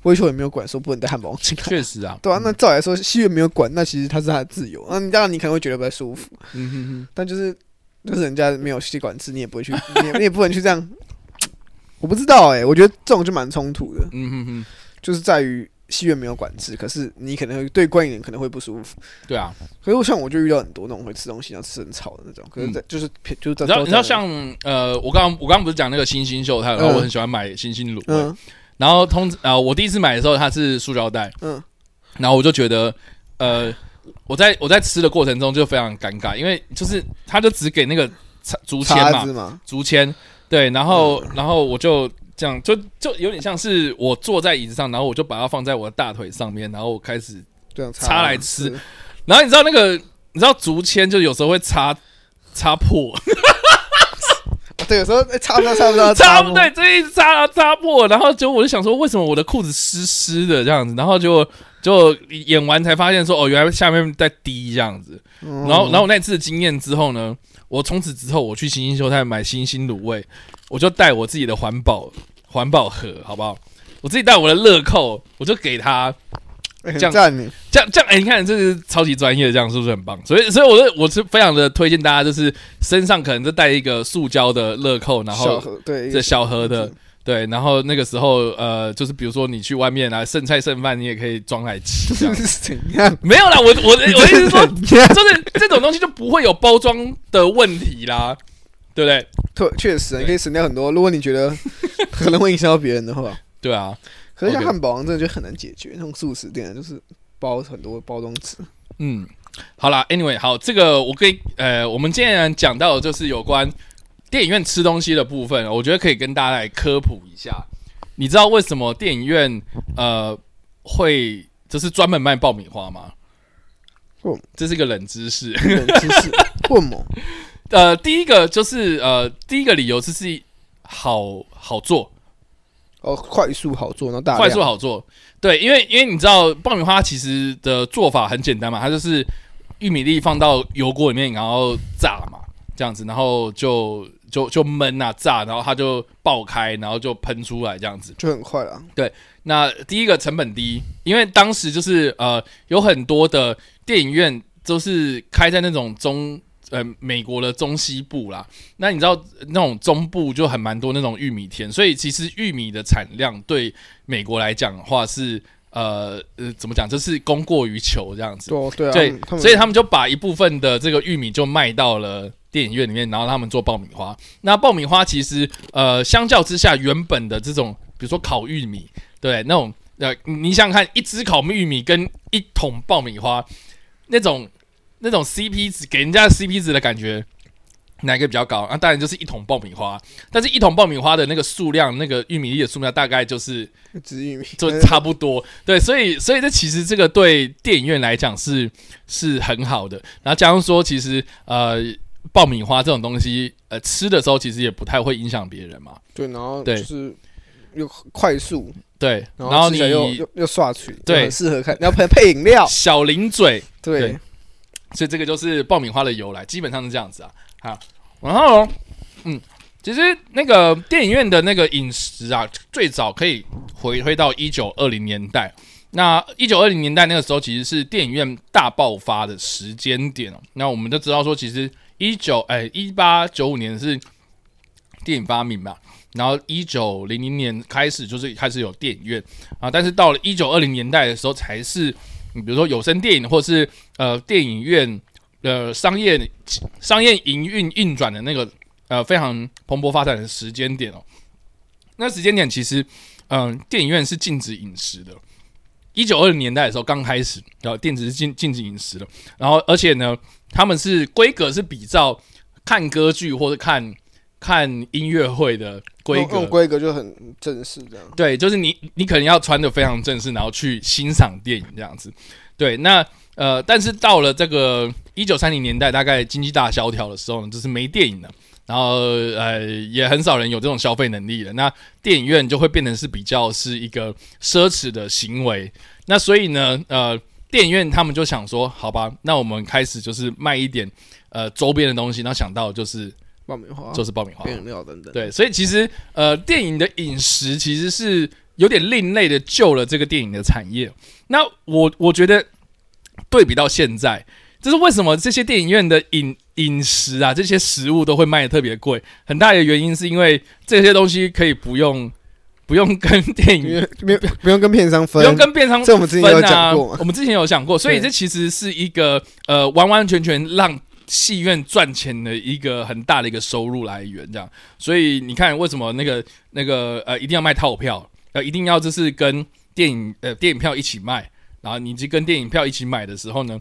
B: 微秀也没有管说不能带汉堡王进来，
A: 确实啊，
B: 对啊，那照理来说，戏院没有管，那其实他是他的自由，那你当然你可能会觉得不太舒服，
A: 嗯哼哼。
B: 但就是就是人家没有戏管制，你也不会去， 你也你也不能去这样。我不知道哎、我觉得这种就蛮冲突的，
A: 嗯哼哼，
B: 就是在于戏院没有管制，可是你可能会对观影人可能会不舒服。
A: 对啊，
B: 可是我像我就遇到很多那种会吃东西然后吃很吵的那种，可是在、就是偏就是在
A: 嗯你知道，你知道
B: 在
A: 像呃，我刚刚我刚刚不是讲那个星星秀菜，然后
B: 嗯
A: 我很喜欢买星星卤味，
B: 嗯
A: 然后通呃，我第一次买的时候它是塑胶袋，
B: 嗯
A: 然后我就觉得呃，我在我在吃的过程中就非常尴尬，因为就是它就只给那个叉竹签
B: 叉
A: 嘛
B: 子，嗯嘛，
A: 竹签对，然后然后我就。这样就就有点像是我坐在椅子上，然后我就把它放在我的大腿上面，然后我开始，
B: 这样
A: 叉
B: 插
A: 来吃，
B: 啊
A: 然后你知道那个你知道竹签就有时候会插插破，
B: 啊对，有时候哎插不到插 不到
A: 擦
B: 不
A: 对，这一擦擦破，然后结果我就想说，为什么我的裤子湿湿的这样子？然后就就演完才发现说，哦，原来下面在滴这样子。
B: 然
A: 然后，然后我那次的经验之后呢，我从此之后我去星星秀泰买星星卤味，我就带我自己的环保环保盒，好不好？我自己带我的乐扣，我就给他，
B: 哎很
A: 这样
B: 赞欸你，
A: 这样这样，哎、你看这是超级专业，这样是不是很棒？所以，所以我是我是非常的推荐大家，就是身上可能就带一个塑胶的乐扣，然后
B: 小盒对一
A: 这
B: 个
A: 小盒的
B: 子，
A: 对，然后那个时候，呃，就是比如说你去外面啊，剩菜剩饭，你也可以装来吃。 这样
B: 是怎样？
A: 没有啦，我我我的意思是说，
B: 怎样
A: 就是这种东西就不会有包装的问题啦，对不对？
B: 对，确实你可以省掉很多。如果你 觉得可能会影响到别人的话，
A: 对啊，
B: 可是像
A: OK
B: 汉堡王真的就很难解决，那种素食店就是包很多包装纸，
A: 嗯，好啦，Anyway，好，这个我可以，呃，我们既然讲到的就是有关电影院吃东西的部分，我觉得可以跟大家来科普一下。你知道为什么电影院呃会就是专门卖爆米花吗
B: 哦？
A: 这是一个冷知识。
B: 真的很知识问某
A: 呃，第一个就是呃，第一个理由就是好好做，
B: 哦，快速好做，然后大
A: 快速
B: 量
A: 好做。对，因为因为你知道爆米花其实的做法很简单嘛，它就是玉米粒放到油锅里面，然后炸嘛，这样子，然后就就就焖啊炸，然后它就爆开，然后就喷出来这样子。
B: 就很快了。
A: 那第一个成本低，因为当时就是呃有很多的电影院都是开在那种中呃美国的中西部啦。那你知道那种中部就很蛮多那种玉米田，所以其实玉米的产量对美国来讲的话是呃呃怎么讲，就是供过于求这样子。
B: 对对啊，
A: 对
B: 他，们
A: 所以他们就把一部分的这个玉米就卖到了电影院里面，然后他们做爆米花。那爆米花其实呃，相较之下，原本的这种比如说烤玉米，对那种呃，你想想看，一只烤玉米跟一桶爆米花那种那种 CP 值给人家的 CP 值的感觉。哪个比较高？啊，当然就是一桶爆米花，但是一桶爆米花的那个数量，那个玉米粒的数量大概就是
B: 紫玉米
A: 就差不多。对，所以所以这其实这个对电影院来讲是是很好的。然后加上说，其实呃，爆米花这种东西，呃，吃的时候其实也不太会影响别人嘛。
B: 对，然后就
A: 对
B: 是又快速，
A: 对，然
B: 后
A: 你
B: 吃起来又又又刷嘴，
A: 对
B: 又很适合看，然后配配饮料，
A: 小零嘴，
B: 对
A: 对，所以这个就是爆米花的由来，基本上是这样子啊。好，然后嗯，其实那个电影院的那个饮食啊，最早可以回推到一九二零年代。那一九二零年代那个时候，其实是电影院大爆发的时间点哦。那我们都知道说，其实一九哎一八九五年是电影发明嘛，然后一九零零年开始就是开始有电影院啊，但是到了一九二零年代的时候，才是你比如说有声电影或是呃电影院呃商业商业营运运转的那个呃非常蓬勃发展的时间点哦。那时间点其实，嗯、电影院是禁止饮食的。一九二零年代的时候刚开始，然后电子是禁禁止饮食的，然后而且呢，他们是规格是比照看歌剧或者看看音乐会的规
B: 那
A: 格
B: 种，规格就很正式这样。
A: 对，就是你你可能要穿的非常正式，然后去欣赏电影这样子。对，那呃，但是到了这个一九三零年代，大概经济大萧条的时候呢，就是没电影了。然后呃，也很少人有这种消费能力了。那电影院就会变成是比较是一个奢侈的行为。那所以呢，呃，电影院他们就想说，好吧，那我们开始就是卖一点呃周边的东西。那想到就是
B: 爆米花、
A: 就是爆米花，
B: 配饮料等等。
A: 对，所以其实呃，电影的饮食其实是有点另类的救了这个电影的产业。那我我觉得对比到现在，就是为什么这些电影院的饮饮食啊，这些食物都会卖的特别贵，很大的原因是因为这些东西可以不用不用跟电
B: 因
A: 影
B: 为没有不用跟片商
A: 不
B: 分，
A: 用跟变成
B: 这我们之前有
A: 分
B: 讲
A: 啊，
B: 过嘛，
A: 我们之前有讲过，所以
B: 对
A: 这其实是一个呃完完全全让戏院赚钱的一个很大的一个收入来源，这样。所以你看为什么那个那个呃一定要卖套票，呃一定要就是跟电影呃电影票一起卖，然后你去跟电影票一起买的时候呢，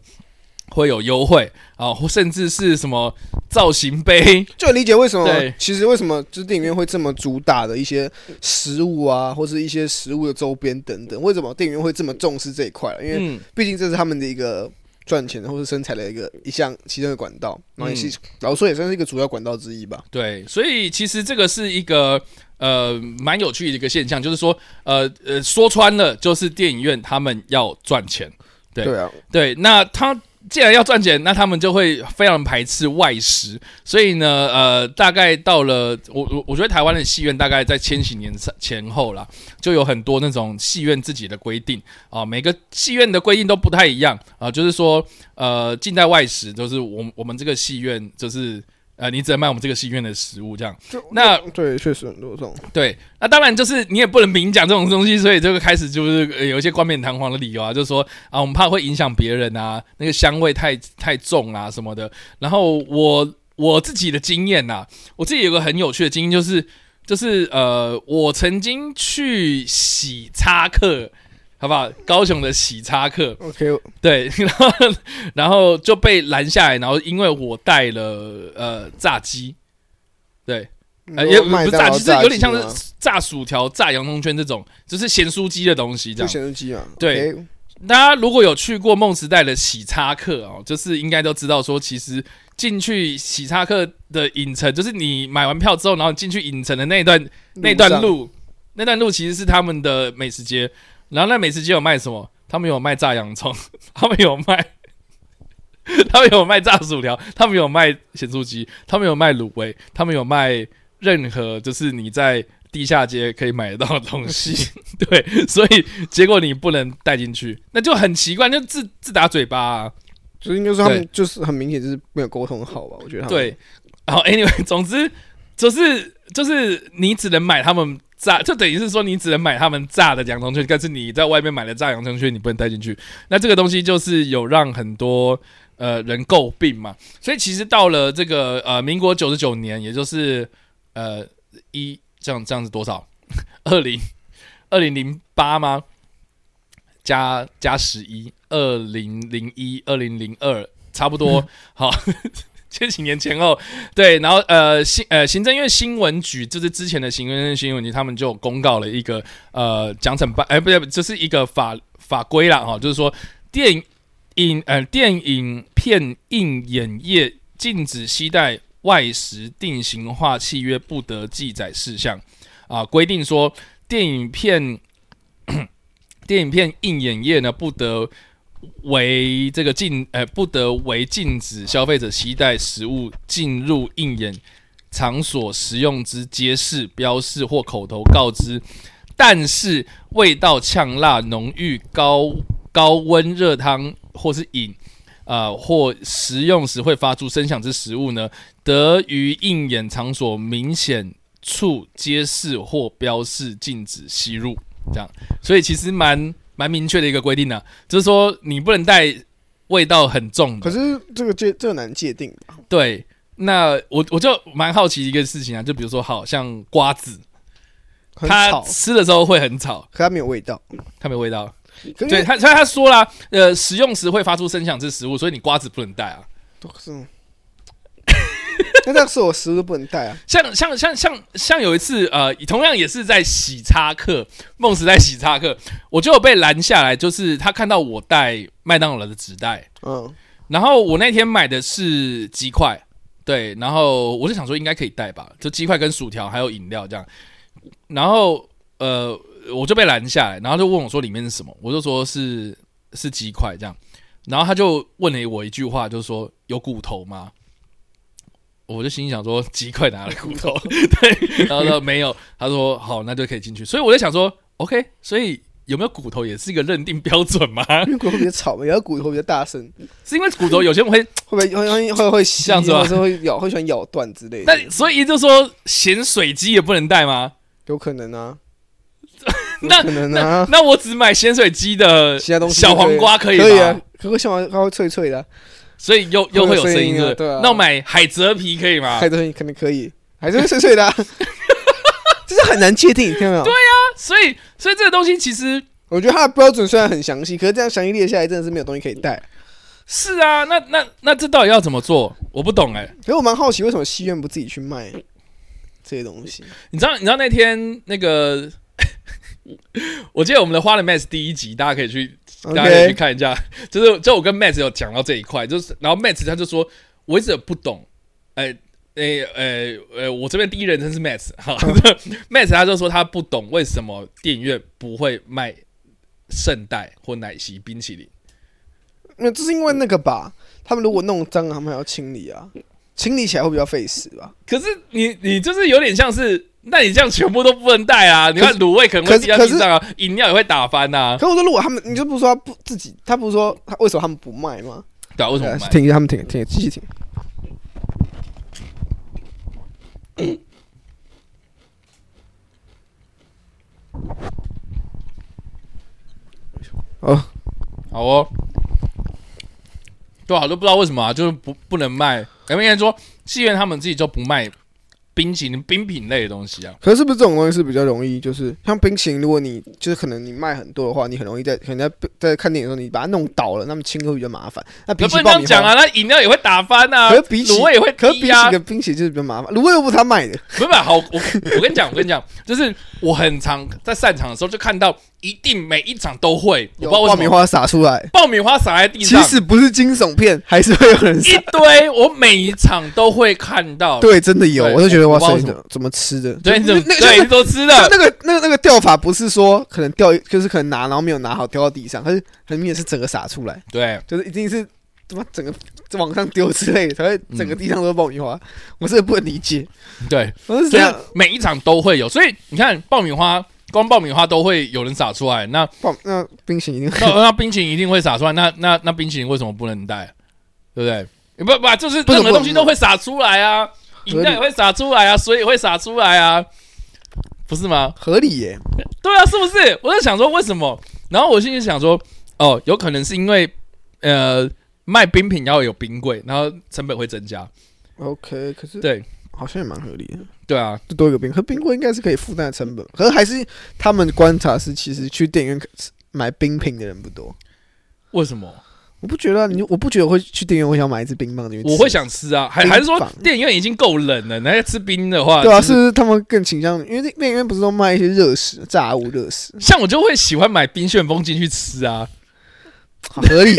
A: 会有优惠啊，或甚至是什么造型杯，
B: 就理解为什么
A: 对
B: 其实为什么就是电影院会这么主打的一些食物啊，或是一些食物的周边等等，为什么电影院会这么重视这一块啊？因为
A: 嗯，
B: 毕竟这是他们的一个赚钱或是生财的一个一项其中的管道，然后也是、
A: 嗯
B: 老实说也算是一个主要管道之一吧。
A: 对，所以其实这个是一个呃蛮有趣的一个现象，就是说呃呃说穿了就是电影院他们要赚钱，对
B: 啊，
A: 对，那他既然要赚钱，那他们就会非常排斥外食，所以呢呃大概到了我我我觉得台湾的戏院大概在千禧年前后啦，就有很多那种戏院自己的规定啊、每个戏院的规定都不太一样啊、就是说呃近代外食就是我们我们这个戏院就是。呃，你只能卖我们这个戏院的食物，这样。
B: 就
A: 那
B: 啊对，确实很多这种，
A: 对，那当然就是你也不能明讲这种东西，所以这个开始就是呃有一些冠冕堂皇的理由啊，就是说啊，我们怕会影响别人啊，那个香味太太重啊什么的。然后我我自己的经验呐、我自己有个很有趣的经验，就是就是呃，我曾经去洗擦客，好不好？高雄的洗擦客，
B: OK，
A: 对， 然后然后就被拦下来，然后因为我带了呃炸鸡，对。
B: 嗯
A: 呃，也不是炸鸡，
B: 鸡，
A: 是有点像
B: 炸鸡吗
A: 是炸薯条、炸洋葱圈这种，就是咸酥鸡的东西这
B: 就
A: 样。
B: 咸酥鸡嘛。
A: 对
B: OK，
A: 大家如果有去过梦时代的喜叉客哦，就是应该都知道说，其实进去喜叉客的影城，就是你买完票之后，然后进去影城的那一段那段
B: 上，
A: 路，那段路其实是他们的美食街。然后那美食街有卖什么？他们有卖炸洋葱， 他们有卖， 他们有卖炸薯条，他们有卖咸酥鸡，他们有卖卤味，他们有卖任何就是你在地下街可以买得到的东西。对，所以结果你不能带进去，那就很奇怪，就自自打嘴巴、啊。
B: 就是应该说他们就是很明显就是没有沟通好吧？我觉得他们
A: 对，，然后 anyway，总 之就是就是你只能买他们炸，就等于是说你只能买他们炸的洋葱圈，但是你在外面买的炸洋葱圈你不能带进去。那这个东西就是有让很多呃人诟病嘛，所以其实到了这个呃民国九十九年，也就是呃一这样这样子多少？ 二零二零零八吗？加加十一，二零零一、二零零二，差不多。好，这几年前后，对，然后呃，行呃，行政院新闻局就是之前的行政院新闻局，他们就有公告了一个呃奖惩办，哎、不对，就是一个法法规啦，哈、就是说电影呃电影片映演业禁止携带外食定型化契约不得记载事项啊、规定说电影片 电影片映演业呢不得为这个禁呃不得为禁止消费者携带食物进入应眼场所食用之揭示、标示或口头告知，但是味道呛辣、浓郁、高高温热汤或是饮。呃，或食用时会发出声响之食物呢，得于应眼场所明显处揭示或标示禁止吸入。这样，所以其实蛮蛮明确的一个规定呢、就是说你不能带味道很重
B: 可
A: 的。
B: 是这个界这个难界定吧？
A: 对，那我我就蛮好奇一个事情啊，就比如说，好像瓜子，
B: 很
A: 它
B: 吵，
A: 吃的时候会很吵，
B: 可它没有味道。
A: 它没味道。
B: 可
A: 对
B: 是
A: 他，所以他说啦，呃，食用时会发出声响之食物，所以你瓜子不能带啊。
B: 都是，那这样是我食物都不能带啊。
A: 像像像像像有一次，呃，同样也是在洗叉课，梦时在洗叉课，我就有被拦下来，就是他看到我带麦当劳的纸袋，
B: 嗯，
A: 然后我那天买的是鸡块，对，然后我就想说应该可以带吧，就鸡块跟薯条还有饮料这样，然后呃我就被拦下来，然后就问我说里面是什么，我就说是是鸡块这样，然后他就问了我一句话，就是说有骨头吗？我就心里想说鸡块哪来骨头？ 对，然后他说没有，他说好那就可以进去，所以我就想说 OK，所以有没有骨头也是一个认定标准吗？
B: 因为骨头比较吵嘛，然后骨头比较大声，
A: 是因为骨头有些人会
B: 会不会会会会会吸，
A: 这样子吗
B: 或者是会咬，会喜欢咬断之类的，
A: 那所以就说咸水鸡也不能带吗？
B: 有可能啊，有
A: 那
B: 可能啊，
A: 那我只买咸水鸡的
B: 其他东西
A: 小黄瓜可
B: 可
A: 以吗？
B: 可以啊，可是小黄瓜会脆脆的啊，
A: 所以又又会有声音
B: 会有声音啊
A: 是不是
B: 对啊
A: 那我买海蜇皮可以吗？啊
B: 海豚可能可以，还是会脆脆的啊， 这是很难界定，听到没有？对，
A: 啊所以所以这个东西其实
B: 我觉得它的标准虽然很详细，可是这样详细列下来真的是没有东西可以带。
A: 是啊，那那那这到底要怎么做？我不懂哎、
B: 可是我蛮好奇，为什么戏院不自己去卖这些东西？
A: 你知道你知道那天那个， 我记得我们的花了 Max 第一集，大家可以去大家可以去
B: OK，
A: 看一下。 就是就我跟 Matt 有讲到这一块，就是然后 Matt 他就说，我一直不懂，哎哎哎呃，我这边第一人称是 Matt 哈、，Matt
B: 嗯
A: 他就说他不懂为什么电影院不会卖圣代或奶昔冰淇淋。
B: 没有，这是因为那个吧，他们如果弄脏，他们还要清理啊，清理起来会比较费时吧。
A: 可是你你就是有点像是，那你这样全部都不能带啊！你看
B: 可
A: 卤味可能会
B: 可是
A: 滴到
B: 可
A: 地
B: 是
A: 上啊，饮料也会打翻呐、啊。
B: 可我说，如果他们，你就不说他不自己，他不是说他为什么他们不卖吗？
A: 对啊，为什么不卖？
B: 停一下，他们停，停，继续停。哦，
A: 好哦，对啊，都不知道为什么啊，就是不不能卖。咱们应该说，戏院他们自己就不卖冰淇淋、冰品类的东西啊。
B: 可是是不是这种东西是比较容易，就是像冰淇淋，如果你就是可能你卖很多的话，你很容易在可能在在看电影的时候你把它弄倒了，那么清会比较麻烦。那
A: 嗯
B: 比
A: 可不
B: 起
A: 能这
B: 爆
A: 样
B: 米
A: 讲
B: 花，
A: 啊，那饮料也会打翻啊，
B: 可是比起
A: 卤味也会
B: 可是比
A: 滴啊
B: 起个冰淇淋就是比较麻烦，卤味又不是他卖的，
A: 没有没有好，我我跟你讲，我跟你讲，就是我很常在散场的时候就看到一定每一场都会，我不
B: 有
A: 知道为
B: 爆
A: 什
B: 米
A: 么
B: 花洒出来，
A: 爆米花洒在地
B: 即
A: 上，
B: 使不是惊悚片，还是会有人
A: 一
B: 撒。
A: 堆，我每一场都会看到。
B: 对，真的有，
A: 对
B: 我都觉得
A: 我
B: 哇
A: 我不知道为
B: 塞，
A: 什
B: 怎么怎么吃的？
A: 对，你怎么
B: 那
A: 对
B: 就是
A: 你都知
B: 就
A: 道？
B: 那个那个那个掉法不是说可能掉一，就是可能拿然后没有拿好掉到地上，它是很明显是整个洒出来，
A: 对，
B: 就是一定是怎么整个往上丢之类的，才会整个地上都是爆米花。我真的不能理解，
A: 对，啊
B: 我 是
A: 所
B: 嗯这
A: 以
B: 样
A: 每一场都会有。所以你看，爆米花光爆米花都会有人撒出来，那
B: 爆那冰淇淋一定
A: 那那冰淇淋一定会撒出来，那那那冰淇淋为什么不能带？对不对？也不不，就是
B: 不能
A: 任何东西
B: 不能
A: 都会撒出来啊，饮料也会撒出来啊，水也会撒出来啊，不是吗？
B: 合理耶，
A: 对啊，是不是？我在想说为什么？然后我心里想说，哦，有可能是因为呃卖冰品要有冰柜，然后成本会增加。
B: OK，可是
A: 对
B: 好像也蛮合理的，
A: 对啊，
B: 就多一个冰。可冰柜应该是可以负担的成本，可是还是他们观察是，其实去电影院买冰品的人不多。
A: 为什么？
B: 我不觉得、啊，你我不觉得我会去电影院会想买一支冰棒进去吃
A: 我会想吃啊，还
B: 冰
A: 还是说
B: 棒
A: 电影院已经够冷了，那吃冰的话，
B: 对啊，
A: 就是
B: 不是他们更倾向？因为电影院不是都卖一些热食、炸物、热 食，
A: 像我就会喜欢买冰旋风进去吃啊，
B: 合理，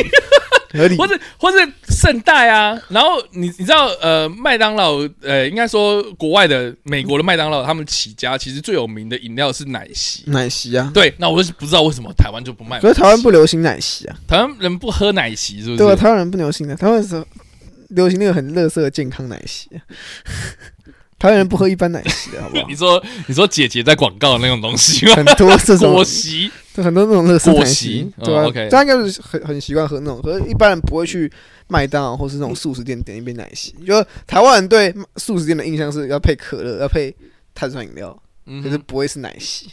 B: 合理
A: 或。者或者圣代啊。然后你你知道呃，麦当劳呃，应该说国外的美国的麦当劳，他们起家其实最有名的饮料是奶昔。
B: 奶昔啊，
A: 对，那我就是不知道为什么台湾就不卖奶昔。
B: 可是台湾不流行奶昔啊，
A: 台湾人不喝奶昔是不是？
B: 对啊，台湾人不流行的，台湾是流行那个很乐色的健康奶昔 啊、台湾人不喝一般奶昔的好不 好
A: 你？说你说姐姐在广告那种东西吗？
B: 很多这种
A: 果昔
B: 对很多那种乐色
A: 果
B: 奶
A: 昔
B: 昔，
A: 哦
B: 对啊
A: OK
B: 大家应该是很很习惯喝那种，可是一般人不会去麦当劳或是那种素食店点一杯奶昔。就是台湾人对素食店的印象是要配可乐，要配碳酸饮料，
A: 嗯
B: 可是不会是奶昔，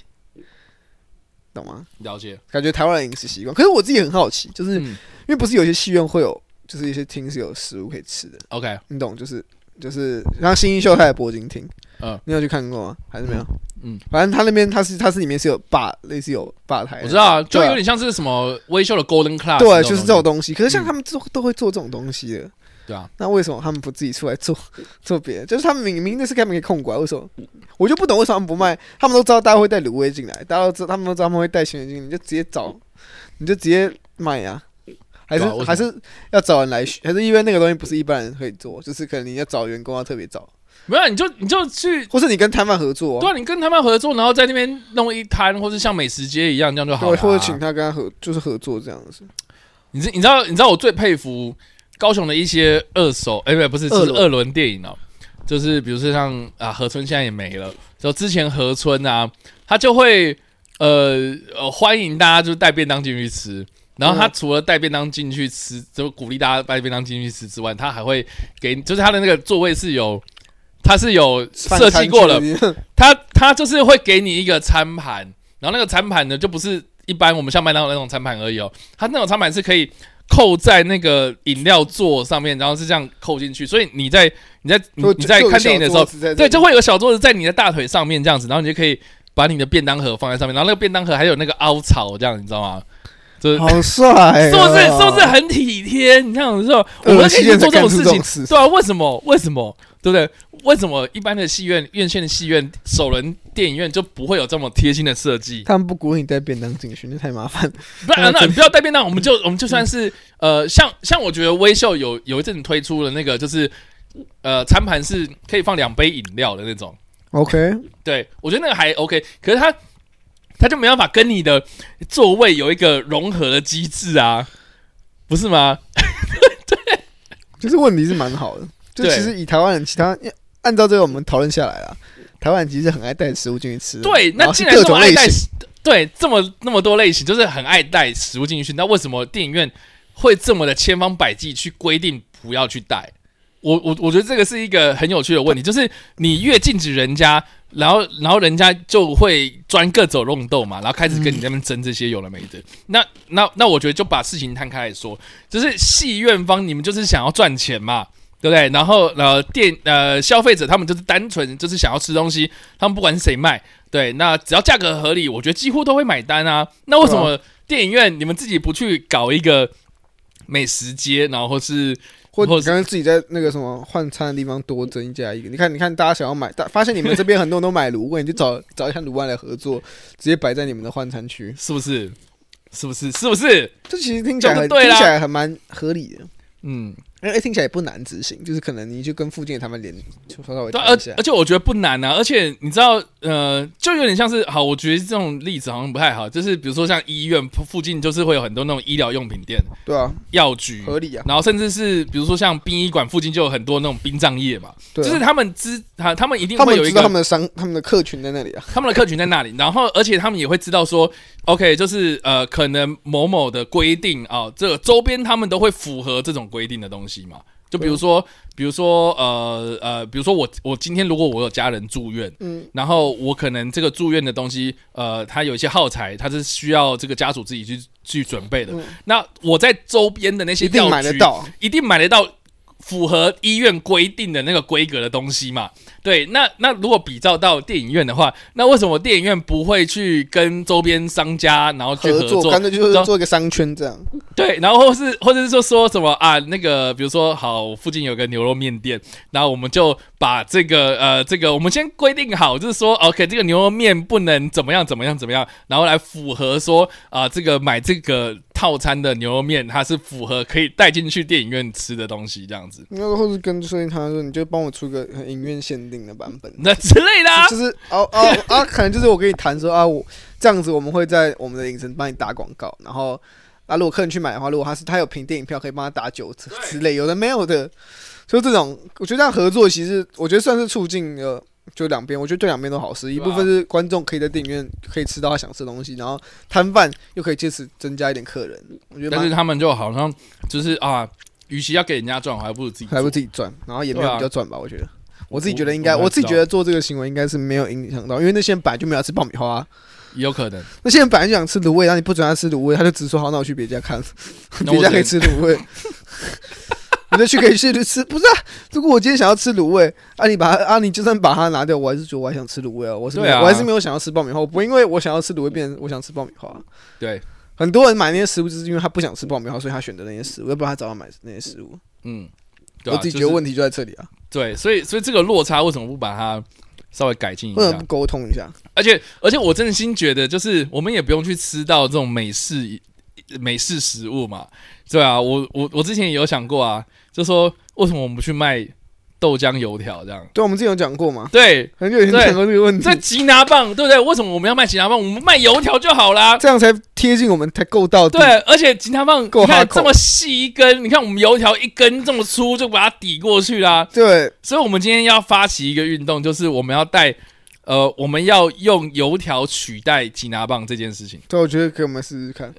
B: 懂吗？
A: 了解，
B: 感觉台湾人饮食习惯，可是我自己很好奇，就是因
A: 嗯
B: 为不是有些戏院会有，就是一些厅是有食物可以吃的，
A: ，OK，
B: 你懂？就是就是像新一秀它的铂金厅，
A: 嗯
B: 你有去看过吗？还是没有？
A: 嗯，
B: 反正它那边它是它是里面是有吧，类似有吧台的，
A: 我知道啊，就
B: 对啊
A: 有点像是什么微秀的 Golden Class，
B: 对，就是这种
A: 东
B: 东西。可是像他们都都会做这种东西的，
A: 西，对啊，
B: 那为什么他们不自己出来做 做别的？就是他们明明那是他们可以控管，为什么？我就不懂为什么他们不卖。他们都知道大家会带卤味进来，大家都知道他们都知道他们会带咸鱼进，来，你就直接找，你就直接卖呀、还是、
A: 对啊为什么
B: 还是要找人来学，还是因为那个东西不是一般人可以做，就是可能你要找员工要特别找，
A: 没有你就你就去。
B: 或是你跟摊贩合作、
A: 对
B: 啊，
A: 啊，你跟他们合作，然后在那边弄一摊，或是像美食街一样，这样就好
B: 对，
A: 了、啊
B: 或者请他跟他合，就是合作这样子。
A: 你知你知道你知道我最佩服高雄的一些二手，哎、不是，不
B: 二
A: 是，
B: 轮
A: 就是二轮电影哦、就是比如说像啊，河村现在也没了，就之前河村啊，他就会呃呃欢迎大家就是带便当进去吃。然后他
B: 嗯
A: 除了带便当进去吃，就鼓励大家带便当进去吃之外，他还会给，就是他的那个座位是有，他是有设计过了，
B: 了，
A: 他他就是会给你一个餐盘，然后那个餐盘呢，就不是一般我们像麦当劳那种餐盘而已哦，它那种餐盘是可以扣在那个饮料座上面，然后是这样扣进去，所以你在你在你
B: 就
A: 你在看电影的时候，，对，就
B: 会
A: 会有个小桌子在你的大腿上面这样子，然后你就可以把你的便当盒放在上面，然后那个便当盒还有那个凹槽这样，你知道吗？就是
B: 好帅、哦，
A: 是不是是不是很体贴？你像你说，哎我
B: 恶
A: 们可以
B: 心的
A: 做这种事情，
B: 情，
A: 对啊，为什么？为什么？对不对？为什么一般的戏院、院线的戏院、首轮电影院就不会有这么贴心的设计？
B: 他们不鼓励你带便当进去，那太麻烦了。
A: 不然，啊
B: 那
A: 那
B: 真
A: 你不要带便当，我们就我们就算是呃，像像我觉得微秀有有一阵子推出了那个，就是呃，餐盘是可以放两杯饮料的那种。
B: OK，
A: 对我觉得那个还 OK，可是它它就没办法跟你的座位有一个融合的机制啊，不是吗？
B: 就是问题是蛮好的。就
A: 对
B: 其实以台湾人，其他按照这个我们讨论下来啊，台湾人其实很爱带食物进去吃的。
A: 对，那
B: 后
A: 既
B: 是
A: 然
B: 各
A: 这么
B: 种
A: 爱
B: 类
A: 带
B: 型，
A: 食，对，这么那么多类型，就是很爱带食物进去，那为什么电影院会这么的千方百计去规定不要去带？我我我觉得这个是一个很有趣的问题，就是你越禁止人家，然后然后人家就会钻各种漏洞嘛，然后开始跟
B: 嗯
A: 你在那边争这些有了没的。那那那我觉得就把事情摊开来说，就是戏院方你们就是想要赚钱嘛，对不对？然后呃店呃消费者他们就是单纯就是想要吃东西，他们不管是谁卖，对，那只要价格合理，我觉得几乎都会买单啊。那为什么电影院你们自己不去搞一个美食街，然后或是
B: 或
A: 或
B: 你
A: 是
B: 刚刚自己在那个什么换餐的地方多增加一个。你看，你看，大家想要买，大发现你们这边很多人都买卤味，你就找找一下卤味来合作，直接摆在你们的换餐区。
A: 是不是？是不是？是不是？
B: 这其实听起来
A: 这
B: 很
A: 就对
B: 听
A: 啦
B: 起来还蛮合理的，
A: 嗯，
B: 而且听起来也不难执行，就是可能你就跟附近的摊贩联，就稍微
A: 对，呃而
B: 谈一下
A: 而。且我觉得不难啊，而且你知道，呃，就有点像是好，我觉得这种例子好像不太好，就是比如说像医院附附近，就是会有很多那种医疗用品店、
B: 对啊，
A: 药局，
B: 合理啊，
A: 然后甚至是比如说像殡仪馆附近就有很多那种殡葬业嘛，
B: 对啊
A: 就是他们知他他们一定
B: 他
A: 会
B: 们
A: 有一
B: 知
A: 个
B: 道他们的商、他们的客群在那里啊。
A: 他们的客群在那里，然后而且他们也会知道说，OK，就是呃，可能某某的规定啊、这个周边他们都会符合这种规定的东西嘛。就比如说，比如说，呃呃，比如说我我今天如果我有家人住院，
B: 嗯，
A: 然后我可能这个住院的东西，呃，它有一些耗材，它是需要这个家属自己去去准备的。
B: 嗯
A: 那我在周边的那些
B: 一定
A: 药
B: 买得
A: 局
B: 到。
A: 一定买得到符合医院规定的那个规格的东西嘛。对，那那如果比照到电影院的话，那为什么电影院不会去跟周边商家然后去合
B: 合
A: 作？
B: 作，干脆就
A: 然
B: 是
A: 后
B: 做一个商圈这样。
A: 对，然后或是或者是说说什么啊？那个比如说，好，我附近有个牛肉面店，然后我们就把这个呃这个我们先规定好，就是说 OK，这个牛肉面不能怎么样怎么样怎么样，然后来符合说啊、这个买这个套餐的牛肉面，它是符合可以带进去电影院吃的东西这样子，
B: 那或者跟收银他说，你就帮我出个很影院限定的版本，
A: 那之类的、啊
B: 就。是哦哦啊，可能就是我跟你谈说啊，我这样子我们会在我们的影城帮你打广告，然后啊，如果客人去买的话，如果他是他有凭电影票，可以帮他打九折之类，有的没有的，就这种，我觉得这样合作其实我觉得算是促进了。就两边，我觉得对两边都好事。一
A: 对啊
B: 部分是观众可以在电影院可以吃到他想吃的东西，然后摊贩又可以借此增加一点客人。我觉得
A: 但
B: 蛮
A: 是他们就好像就是啊，与其要给人家赚，我还不如自己做
B: 还不自己赚，然后也没有
A: 对啊
B: 比较赚吧，我觉得。我自己
A: 我
B: 觉得应该，
A: 我不太
B: 我自己
A: 知道
B: 觉得做这个行为应该是没有影响到，因为那些人本来就没有要吃爆米花、啊，
A: 也有可能。
B: 那些人本来就想吃卤味，然后你不准他吃卤味，他就直说好，那我去别家看，
A: 那
B: 别
A: 我
B: 家
A: 只
B: 可
A: 能
B: 以吃卤味，你就去可以去吃。不是啊，如果我今天想要吃卤味，啊你把它啊你就算把它拿掉，我还是觉得我还想吃卤味啊，我是没有、
A: 对啊
B: 我还是没有想要吃爆米花，我不会因为我想要吃卤味变成我想吃爆米花。
A: 对，
B: 很多人买那些食物就是因为他不想吃爆米花，所以他选择那些食物，要不然他早上买那些食物。
A: 嗯，对
B: 我
A: 啊
B: 自己觉
A: 就
B: 得
A: 是
B: 问题就在这里啊，
A: 对，所以所以这个落差为什么不把它稍微改进一
B: 为什么
A: 下
B: 不？沟通一下？
A: 而且而且我真心觉得，就是我们也不用去吃到这种美式美式食物嘛，对啊，我我我之前也有想过啊，就说为什么我们不去卖豆浆油条这样？
B: 对，我们之前有讲过嘛，
A: 对，
B: 很久以前讲过这个问题
A: 这，吉拿棒对不对？为什么我们要卖吉拿棒？我们卖油条就好啦。
B: 这样才贴近我们，才够 到底。
A: 对，而且吉拿棒
B: 够
A: 你看
B: 哈口
A: 这么细一根，你看我们油条一根这么粗就把它抵过去啦、
B: 对
A: 所以我们今天要发起一个运动，就是我们要带，呃，我们要用油条取代吉拿棒这件事情。
B: 对，我觉得给我们试试看，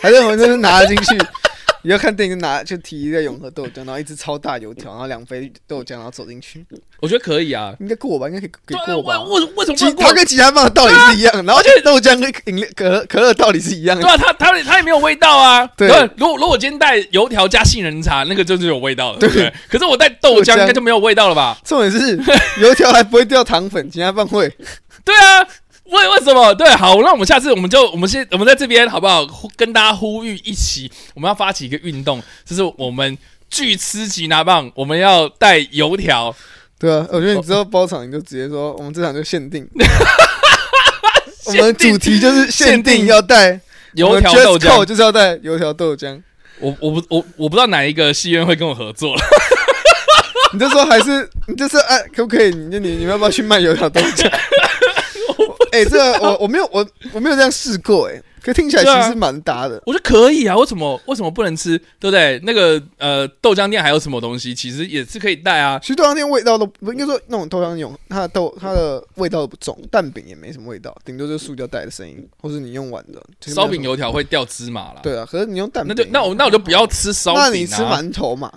B: 还是我们就是拿了进去。你要看电影就拿就提一个永和豆浆，然后一只超大油条，然后两杯豆浆，然后走进去，
A: 我觉得可以啊。
B: 应该过吧？应该可以给
A: 对啊，
B: 过吧？
A: 为为为什
B: 其
A: 么不
B: 它
A: 能过？
B: 跟其他棒的道理是一样，然
A: 而
B: 后
A: 且
B: 豆浆跟饮料可可乐道理是一样
A: 对
B: 的。
A: 啊，它它它也没有味道啊。
B: 对
A: 如果如果我今天带油条加杏仁茶，那个就是有味道了，对不对？可是我带豆
B: 豆
A: 浆
B: 浆
A: 应该就没有味道了吧？
B: 重点是油条还不会掉糖粉，其他棒会。
A: 对啊，为为什么？对，啊好，那我们下次我们就我们先我们在这边好不好？呼跟大家呼吁一起，我们要发起一个运动，就是我们巨吃吉拿棒，我们要带油条。
B: 对啊，我觉得你之后包场你就直接说，我们这场就限 定。我们
A: 限定
B: 主题就是限
A: 限定
B: 定要带
A: 油条豆浆，
B: 就是要带油条豆浆。
A: 我我不我我不知道哪一个戏院会跟我合作了。
B: 你就说还是你就说哎、可不可以？你就你你们要不要去卖油条豆 浆？哎、这个我我没有我我没有这样试过哎、可听起来
A: 对啊
B: 其实蛮搭的。
A: 我觉得可以啊，为什么为什么不能吃？对不对？那个呃，豆浆店还有什么东西，其实也是可以带啊。
B: 其实豆浆店味道都不应该说那种豆浆用它的豆它的味道不重，蛋饼也没什么味道，顶多就是塑胶袋的声音，或是你用碗的其实没
A: 烧
B: 有什
A: 饼
B: 么
A: 油条会掉芝麻啦。，
B: 对啊，可是你用蛋
A: 那
B: 饼，
A: 就那我那我就不要吃烧饼、啊。
B: 那你吃？馒头嘛？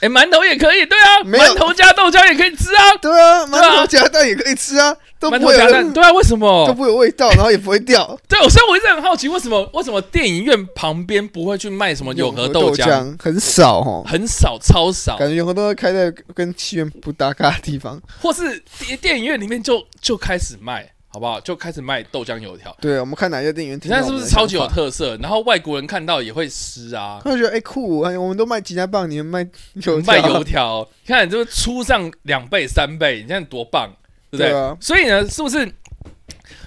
A: 哎，馒头也可以，对啊，
B: 没有
A: 馒头加豆浆也可以吃啊。
B: 对啊，
A: 对
B: 馒
A: 啊
B: 头夹蛋也可以吃啊，都
A: 馒
B: 不
A: 头
B: 会有
A: 加蛋，啊
B: 人
A: 对啊，为什
B: 都
A: 么？
B: 不会有味道，然后也不会 掉。
A: 对，所以我一直很好奇，为什么为什么电影院旁边不会去卖什么永和豆
B: 豆
A: 浆？
B: 很少哦，
A: 很少，超少，
B: 感觉永和豆浆开 在跟戏院不搭嘎的地方。
A: 或是电电影院里面就就开始卖，好好不好？就开始卖豆浆油条。
B: 对，我们看哪些电影院
A: 你
B: 听到
A: 看
B: 我
A: 是
B: 们
A: 不
B: 的
A: 是
B: 想
A: 超级有
B: 法？
A: 特色？然后外国人看到也会吃啊，
B: 他就觉得哎、酷，哎我们都卖吉他 棒，你们卖油
A: 卖
B: 条
A: 油条，你看这个出上两倍、三倍，你看多棒，对不对？
B: 对啊
A: 所以呢，是不是？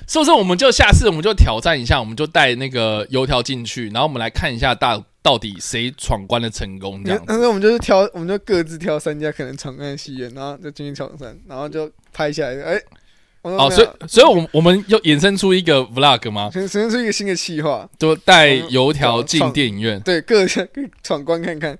A: 是不是我们就下次我们就挑战一下，我们就带那个油条进去，然后我们来看一下大到底谁闯关的成功这样子。
B: 但是我们就是挑，我们就各自挑三家可能常看的戏院，然后就进去挑三，然后就拍下来。哎、我说
A: 哦，
B: 没
A: 所
B: 有
A: 以所以我们我们又衍生出一个 vlog 吗？
B: 首先是一个新的企划，
A: 就带油条进电影院，
B: 对各家可以闯关看看。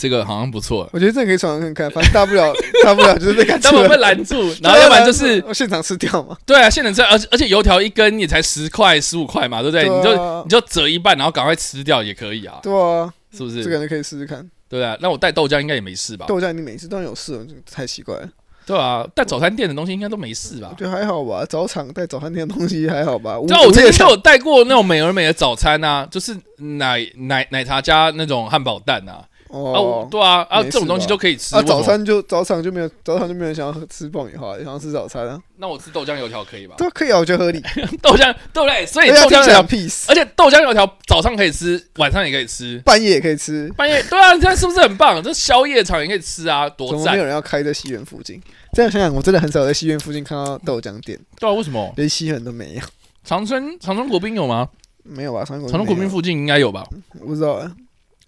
A: 这个好像不错。
B: 我觉得这个可以闯关看看，反正大不了大不了就是被赶
A: 他
B: 出
A: 们会
B: 来，
A: 拦住，然后要不然就是
B: 我现场吃掉嘛。
A: 对啊，现成吃，而且而且油条一根也才十块十五块嘛，对不对？你就
B: 啊
A: 你就折一半，然后赶快吃掉也可以啊，
B: 对啊，
A: 是不
B: 这
A: 是？
B: 个就可以试试看。
A: 对啊，那我带豆浆应该也没事吧？
B: 豆浆你每次都有事，我就太奇怪了。
A: 对啊，带早餐店的东西应该都没事吧
B: 我？觉得还好吧，早场带早餐店的东西还 好吧。
A: 对啊，我曾
B: 这
A: 经就有带过那种美而美的早餐啊，就是奶奶奶茶加那种汉堡蛋啊，啊，我
B: 哦。
A: 对啊，啊，
B: 没事
A: 这种东西
B: 吧
A: 就可以吃。
B: 啊，
A: 为什么
B: 早餐就早场就没有早场就没有人想要吃爆米花，想要吃早餐啊，
A: 那我吃豆浆油条可以吧？
B: 都可以啊，我觉得合理。哎
A: 豆浆对不对？所以
B: 而且
A: 豆
B: 它
A: 浆
B: 啊听
A: 油
B: 起来
A: 条，
B: 很 peace，
A: 而且豆浆油条早上可以吃，晚上也可以吃，
B: 半夜也可以吃，
A: 半夜对啊，这样是不是很棒？这宵夜场也可以吃啊，
B: 怎
A: 多
B: 么没
A: 赞！
B: 有人要开在西园附近？这样想想，我真的很少在西园附近看到豆浆店，
A: 对啊，为什么
B: 连西园都没有，
A: 长春长春国宾有吗？
B: 没有吧？长
A: 长春国宾
B: 民
A: 附近应该有吧？
B: 我不知道啊，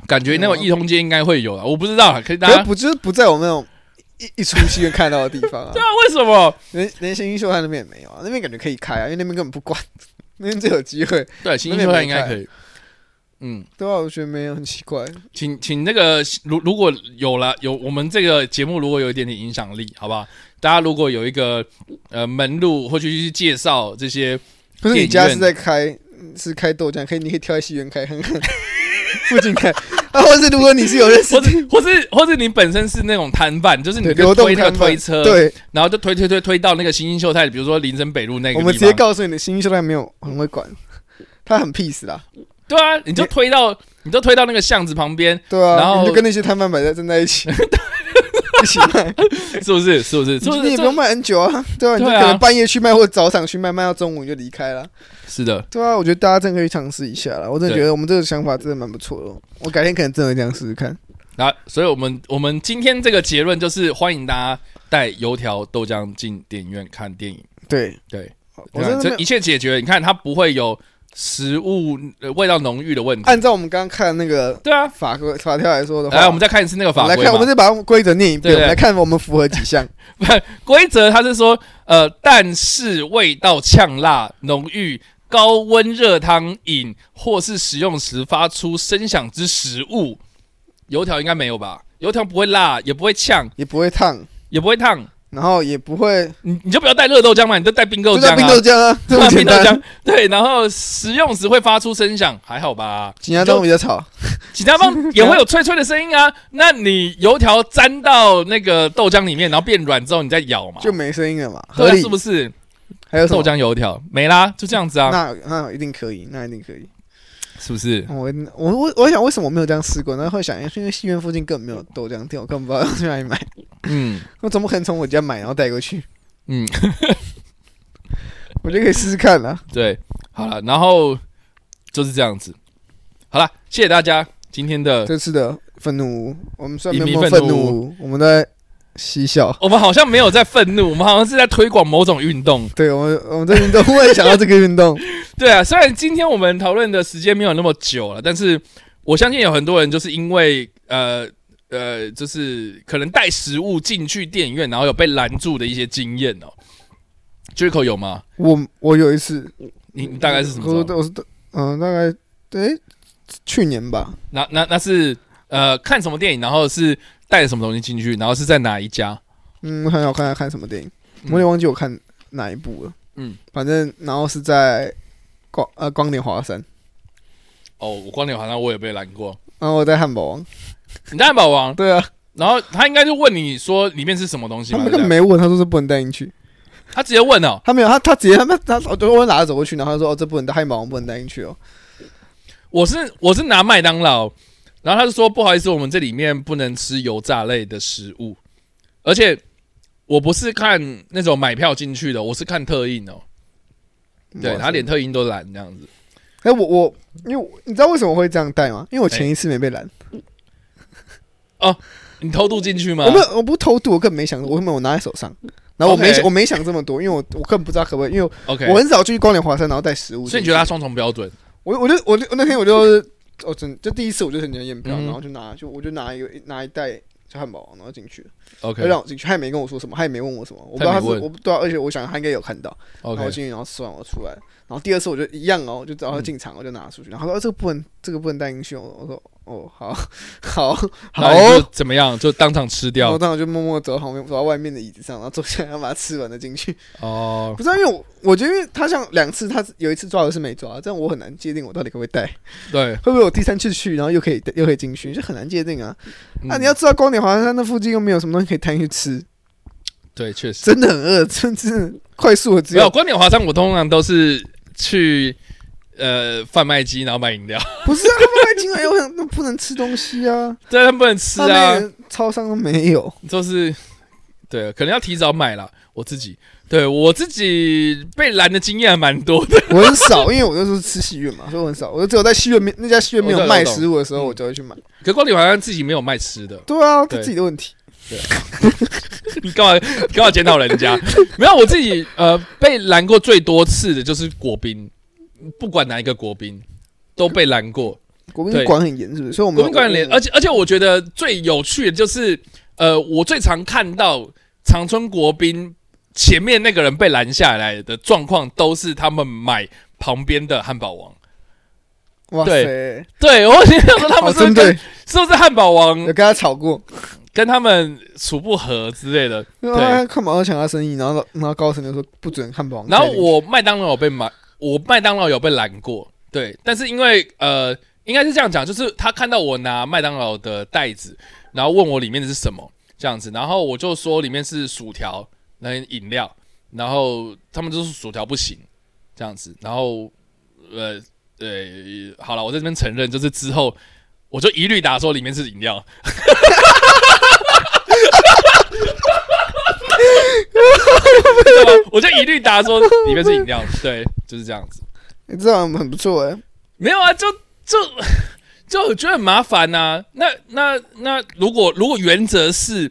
A: 感觉那
B: 有
A: 个
B: 吗
A: 一通街应该会有啊，我不知道啊，可以大
B: 可
A: 家
B: 是不就是不在我们那种一一出西园看到的地方啊
A: 对，啊，为什么？
B: 连连新英秀汉那边也没有啊，那边感觉可以开啊，因为那边根本不管，那边最有机会，
A: 对，新英秀汉应该可以。嗯，
B: 对啊，我觉得没有很奇怪，
A: 请请那个如如果有了有我们这个节目，如果有一点点影响力，好不好？大家如果有一个呃门路，或去去介绍这些，
B: 可是
A: 电
B: 你
A: 影
B: 家
A: 院
B: 是在开嗯是开豆浆，可以你可以挑在西园开看看，附近开 啊，或是如果你是有认识
A: 或是或是或是你本身是那种摊贩，就是你
B: 对
A: 就
B: 流动
A: 推那个
B: 摊贩
A: 推车，，
B: 对。
A: 然后就推推推推到那个新兴秀泰，比如说林森北路那个
B: 我
A: 地方，
B: 们直接告诉你，新秀蛋没有很会管，他很 peace 啦，
A: 对啊，你就推到你就推到那个巷子旁边，
B: 对啊，
A: 然后
B: 你就跟那些摊贩摆在站在一 起，一起卖，
A: 是不是？是不是？是不
B: 你
A: 是？
B: 也不用卖很久啊，对啊，你就
A: 对啊
B: 可能半夜去卖或者早场去卖，卖到中午你就离开了，
A: 是的，
B: 对啊，我觉得大家真的可以尝试一下啦，我真的觉得我们这个想法真的蛮不错的哦，我改天可能真的会这样试试看，
A: 然后，所以我们我们今天这个结论就是欢迎大家带油条豆浆进电影院看电影。
B: 对
A: 对，啊
B: 我真的没
A: 这
B: 有
A: 一切解决，你看它不会有食物呃味道浓郁的问题。
B: 按照我们刚刚看那个
A: 对啊，
B: 法规法条来说的话，
A: 来我们再看一次那个
B: 我
A: 法
B: 们来
A: 规
B: 看，我们
A: 嘛。
B: 再把规则念一
A: 对对
B: 遍，我们来看我们符合几项，
A: 规则它是说，呃，但是味道呛辣、浓郁、高温热汤饮或是食用时发出声响之食物，油条应该没有吧？油条不会辣，也不会呛，
B: 也不会烫，
A: 也不会烫。
B: 然后也不会，
A: 你你就不要带热豆浆嘛，你就带冰豆
B: 就
A: 浆、
B: 像
A: 啊。
B: 冰豆 浆啊，这么
A: 对
B: 简
A: 冰豆
B: 单，
A: 浆，对，然后食用时会发出声响，还好吧？
B: 其他动物比较吵。
A: 其他
B: 啊
A: 方也会有脆脆的声音啊。那你油条沾到那个豆浆里面，然后变软之后，你再咬嘛，
B: 就没声音了嘛，合
A: 对啊，
B: 理。
A: 是不是？
B: 还有什
A: 豆
B: 么？
A: 浆油条没啦，就这样子啊，
B: 那那一定可以，那一定可以。哦
A: 是不是？
B: 我我我我想为什么我没有这样试过？然后后来想，因为戏院附近根本没有豆浆店，我根本不知道要去哪里买。
A: 嗯
B: 我怎么可能从我家买然后带过去？
A: 嗯，
B: 我就可以试试看啦。
A: 对，好了，然后就是这样子，好了，谢谢大家今天的，
B: 这次的愤怒屋，我们虽然没
A: 影
B: 有
A: 迷
B: 摸
A: 愤怒
B: 愤怒屋，我们都在嬉笑。
A: 我们好像没有在愤怒，我们好像是在推广某种运动。
B: 对我们，我们这运动忽然想到这个运动，
A: 对啊，虽然今天我们讨论的时间没有那么久了，但是我相信有很多人就是因为呃呃，就是可能带食物进去电影院，然后有被拦住的一些经验哦。Jaco 有吗？
B: 我我有一次，
A: 你你大概是什么
B: 我
A: 时候？
B: 我是嗯，大概对去年吧，
A: 那那那是呃看什么电影，然后是带什么东西进去，然后是在哪一家？
B: 嗯，我想想我看看看什么电影，
A: 嗯
B: 我有点忘记我看哪一部了。
A: 嗯
B: 嗯，反正然后是在光呃光点华山，
A: 哦，我光点好像我也被拦过。
B: 然后我在汉堡王。
A: 你在汉堡王，
B: 对啊，
A: 然后他应该就问你说里面是什么东西
B: 他
A: 嘛？
B: 们
A: 对
B: 根
A: 不
B: 本
A: 对
B: 没问，他说是不能带进去。
A: 他直接问哦，
B: 他没有，他他直接他们他我就我拿着走过去，然后他说哦这不能带汉堡王不能带进去哦。
A: 我是我是拿麦当劳，然后他就说不好意思，我们这里面不能吃油炸类的食物，而且我不是看那种买票进去的，我是看特映哦。对，然
B: 哇塞
A: 后连特音都懒这样子。
B: 哎，我我因为我你知道为什么会这样戴吗？因为我
A: 哎
B: 前一次没被拦，
A: 你偷渡进去吗
B: 我？没有我不偷渡，我根本没想，我根本我拿在手上，然后我没
A: OK
B: 我没想这么多，因为我我根本不知道可不可以，因为
A: OK，
B: 我很少去光点华山，然后带食物进去。
A: 所以你觉得他双重标准？
B: 我我就我就我那天我就是我真就第一次我就很想验票，
A: 嗯
B: 然后就拿就我就拿一个拿一袋小汉堡，然后进去，他
A: OK
B: 就让我进去，他也没跟我说什么，他也没问我什么，我不知道
A: 他也
B: 他
A: 没
B: 是
A: 问
B: 我不对、啊，而且我想他应该有看到，然后
A: OK，
B: 我进去，然后吃完我出来，然后第二次我就一样哦，我就只要
A: 嗯
B: 他进场我就拿出去，然后他说、啊这个不能这个不能带进去哦，我说哦好好好
A: 然
B: 哦
A: 后你就怎么样？就当场吃
B: 然
A: 掉
B: 后当时就默默地走到旁边，走到外面的椅子上，然后坐下来，然后把它吃完再进 去。
A: 哦
B: 不。是、啊、因为我，我觉得因为他像两次，他有一次抓的是没抓，这样我很难界定我到底可不可以带。
A: 对，
B: 会不会我第三次去，然后又可以又可以进去，就很难界定啊。那、
A: 嗯
B: 你要知道，光点华山那附近又没有什么东西可以摊去吃，
A: 对，确实。
B: 真的很饿，真是快速的只
A: 没有
B: 有
A: 观点华商，我通常都是去呃贩卖机，然后买饮料，
B: 不是啊，他们来进来又想那不能吃东西啊，
A: 但他们不能吃
B: 他
A: 啊，
B: 们连超商都没有。
A: 就是对，可能要提早买了。我自己对我自己被拦的经验还蛮多的，
B: 我很少，因为我那时候吃戏院嘛，所以我很少，我就只有在戏院面那家戏院没
A: 我
B: 有
A: 懂
B: 卖
A: 我懂
B: 食物的时候，
A: 嗯
B: 我就会去买。
A: 可光点华商自己没有卖吃的，
B: 对啊，他
A: 对
B: 自己的问题。
A: 你干嘛你干嘛检讨人家？没有，我自己呃被拦过最多次的就是国宾，不管哪一个国宾都被拦过。
B: 国
A: 对
B: 宾管很严，是不是？所以我们
A: 国民管理，
B: 我
A: 而且而且我觉得最有趣的就是，呃，我最常看到长春国宾前面那个人被拦下来的状况，都是他们买旁边的汉堡王。
B: 哇塞，
A: 呃对，我觉得说他
B: 好
A: 们是不是
B: 哦
A: 跟
B: 针对，呃
A: 是不是汉堡
B: 有
A: 王
B: 跟他吵过，
A: 跟他们处不和之类的？
B: 因为他啊看马上抢他生意，然后然后高层就说不准汉堡王带
A: 然后
B: 进去。
A: 我麦当劳有被买，我麦当劳有被拦过，对，但是因为呃，应该是这样讲，就是他看到我拿麦当劳的袋子，然后问我里面的是什么这样子，然后我就说里面是薯条、那饮料，然后他们就说薯条不行这样子，然后呃呃，好了，我在这边承认，就是之后我就一律答说里面是饮料，对吧？我就一律答说里面是饮料，对，就是这样子。
B: 你这样很不错哎、
A: 没有啊，就就就我觉得很麻烦呐、那那那，如果如果原则是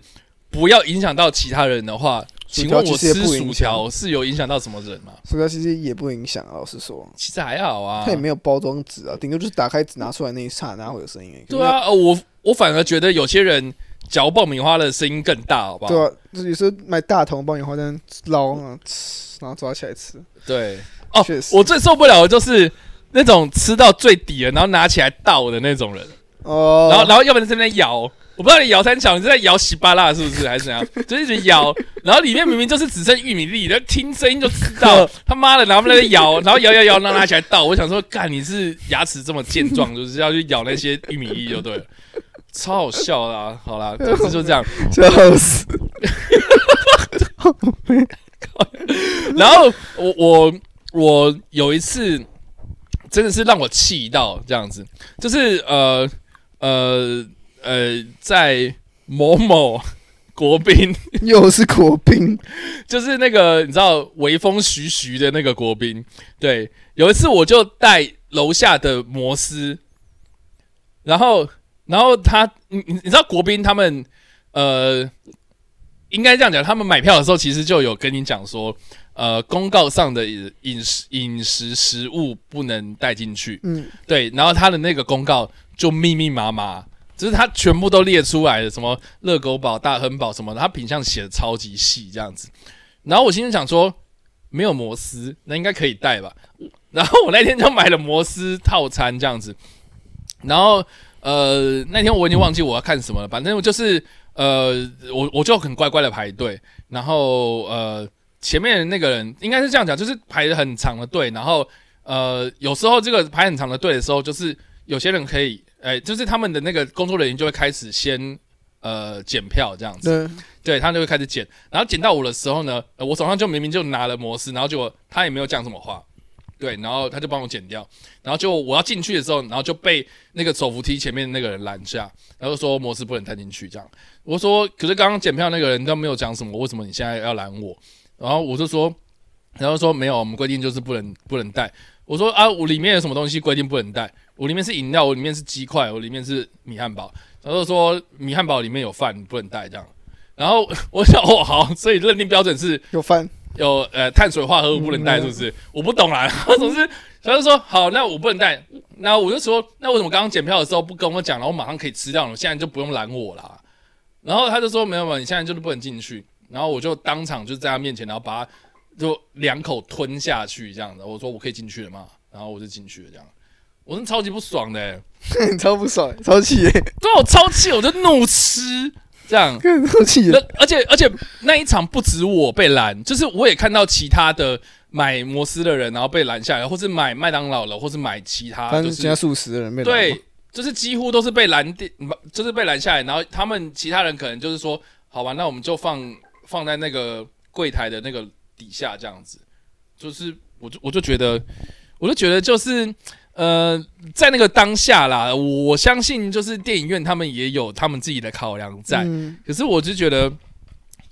A: 不要影响到其他人的话，
B: 薯
A: 请
B: 条
A: 问
B: 其
A: 我
B: 实也
A: 吃
B: 不
A: 薯
B: 影响
A: 条是有影响到什么人吗？
B: 薯条其实也不影响啊，老实说，
A: 其实还好啊
B: 它也，没有包装纸啊，顶多就是打开纸拿出来那一刹那会有声音而已。欸
A: 对啊，呃我我反而觉得有些人嚼爆米花的声音更大，好不
B: 可
A: 好？
B: 是，对啊，就是有时候买大桶爆米花在那捞啊吃，然后抓起来吃。
A: 对哦
B: 确，实
A: 我最受不了的就是那种吃到最底了，然后拿起来倒的那种人。
B: 哦，
A: 然后然后要不然在那边摇，我不知道你摇三角，你是在摇稀巴拉是不是还是怎样？就一直摇，然后里面明明就是只剩玉米粒，然后听声音就知道他妈的，然后他们在那边摇，然后摇摇摇，然后拿起来倒。我想说，干你是牙齿这么健壮，就是要去咬那些玉米粒就对了。超好笑啦、好啦，总之就这样。
B: 笑死，
A: 然后我我我有一次真的是让我气到这样子，就是呃呃呃，在某某国宾
B: 又是果冰，
A: 就是那个你知道微风徐徐的那个国宾，对，有一次我就带楼下的摩斯，然后然后他你你你知道国宾他们呃，应该这样讲，他们买票的时候其实就有跟你讲说，呃，公告上的饮饮食饮食食物不能带进去，
B: 嗯，
A: 对，然后他的那个公告就密密麻麻，就是他全部都列出来了，什么热狗堡、大亨堡什么的，他品相写的超级细这样子。然后我心里想说，没有摩斯，那应该可以带吧。然后我那天就买了摩斯套餐这样子，然后呃，那天我已经忘记我要看什么了，反正我就是呃，我我就很乖乖的排队，然后呃，前面的那个人应该是这样讲，就是排了很长的队，然后呃，有时候这个排很长的队的时候，就是有些人可以，哎、就是他们的那个工作人员就会开始先呃检票这样子，
B: 对，
A: 对他就会开始剪，然后剪到我的时候呢，呃我手上就明明就拿了摩斯，然后结果他也没有讲什么话，对，然后他就帮我剪掉，然后就我要进去的时候，然后就被那个手扶梯前面那个人拦下，然后就说摩斯不能带进去这样。我说，可是刚刚检票那个人都没有讲什么，为什么你现在要拦我？然后我就说，然后说没有，我们规定就是不能不能带。我说啊，我里面有什么东西规定不能带？我里面是饮料，我里面是鸡块，我里面是米汉堡。然后说米汉堡里面有饭，你不能带这样。然后 我想哦好，所以认定标准是
B: 有饭，
A: 有呃碳水化合物不能带，是不是？我不懂啦。 然后总之他就说好，那我不能带。那我就说那为什么刚刚检票的时候不跟我讲，然后马上可以吃掉了，现在就不用拦我啦。然后他就说没有没有，你现在就是不能进去。然后我就当场就在他面前，然后把他就两口吞下去这样子。我说我可以进去了吗？然后我就进去了这样。我真的超级不爽的、欸，
B: 超不爽，超气欸耶，
A: 对啊我超气，我就怒吃这样。
B: 更 超气欸
A: 那
B: 了。
A: 而且而且那一场不止我被拦，就是我也看到其他的买摩斯的人，然后被拦下来，或是买麦当劳了，或是买其他
B: 反
A: 啊就
B: 正人家
A: 是
B: 数十的人被拦
A: 对，就是几乎都是被拦地，就是被拦下来，然后他们其他人可能就是说，好吧，那我们就放放在那个柜台的那个底下这样子，就是我就我就觉得，我就觉得就是。呃，在那个当下啦，我相信就是电影院他们也有他们自己的考量在，
B: 嗯
A: 可是我就觉得，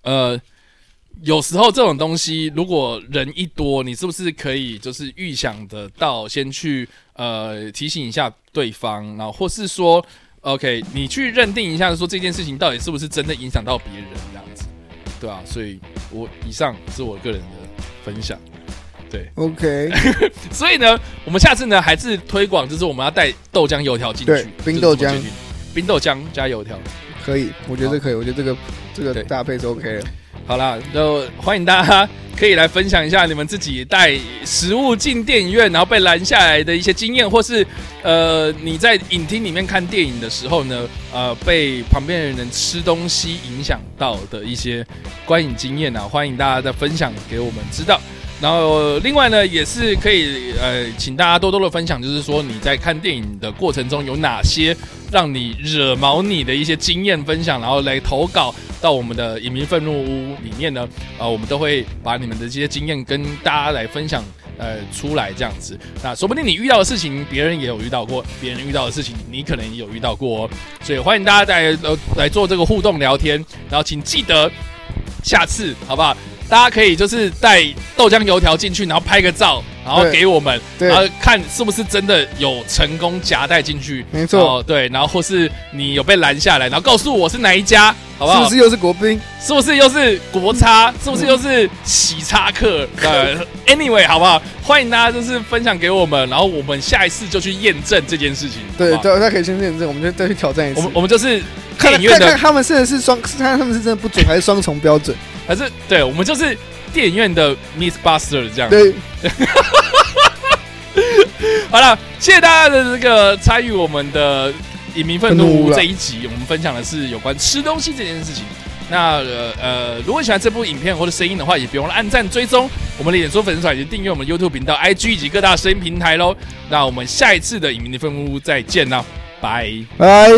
A: 呃，有时候这种东西，如果人一多，你是不是可以就是预想得到，先去呃提醒一下对方，然后或是说，OK，你去认定一下，说这件事情到底是不是真的影响到别人这样子，对啊，所以我以上是我个人的分享。
B: ，OK，
A: 所以呢，我们下次呢还是推广，就是我们要带豆浆油条进去，
B: 对
A: 就是
B: 冰豆
A: 怎么
B: 浆
A: 决定，冰豆浆加油条。
B: 可以，我觉得这可以，我觉得这个这
A: 对
B: 个搭配是 OK 的。
A: 好啦，就欢迎大家可以来分享一下你们自己带食物进电影院，然后被拦下来的一些经验，或是呃你在影厅里面看电影的时候呢，呃被旁边的人吃东西影响到的一些观影经验啊，欢迎大家再分享给我们知道。然后，另外呢，也是可以呃，请大家多多的分享，就是说你在看电影的过程中有哪些让你惹毛你的一些经验分享，然后来投稿到我们的影迷愤怒屋里面呢，呃，我们都会把你们的这些经验跟大家来分享。呃，出来这样子，那说不定你遇到的事情，别人也有遇到过；别人遇到的事情，你可能也有遇到过哦。所以欢迎大家来呃来做这个互动聊天，然后请记得下次好不好？大家可以就是带豆浆油条进去，然后拍个照，然后
B: 对
A: 给我们，
B: 对
A: 然后看是不是真的有成功夹带进去。
B: 没错，
A: 哦，对，然后或是你有被拦下来，然后告诉我是哪一家，好不
B: 是
A: 好？
B: 不是又是国宾？
A: 是不是又是国差？是不是又是喜差课？ 呃，anyway，好不好？欢迎大家就是分享给我们，然后我们下一次就去验证这件事情。
B: 对
A: 好不好
B: 对，他可以先认证，我们就再去挑战一次
A: 我们。我们就是
B: 看
A: 电影院
B: 看
A: 的
B: 看他们真的是双，看他们是真的不准还是双重标准？
A: 还是对，我们就是电影院的 Miss Buster 这样。
B: 对，
A: 好了，谢谢大家的这个参与我们的影迷愤
B: 愤怒
A: 怒
B: 屋啦
A: 这一集，我们分享的是有关吃东西这件事情。那呃呃，如果喜欢这部影片或者声音的话，也别忘了按赞、追踪我们的演说粉丝团以及订阅我们 YouTube 频道、IG 以及各大声音平台喽。那我们下一次的影迷的愤怒屋再见啦，拜。
B: 拜。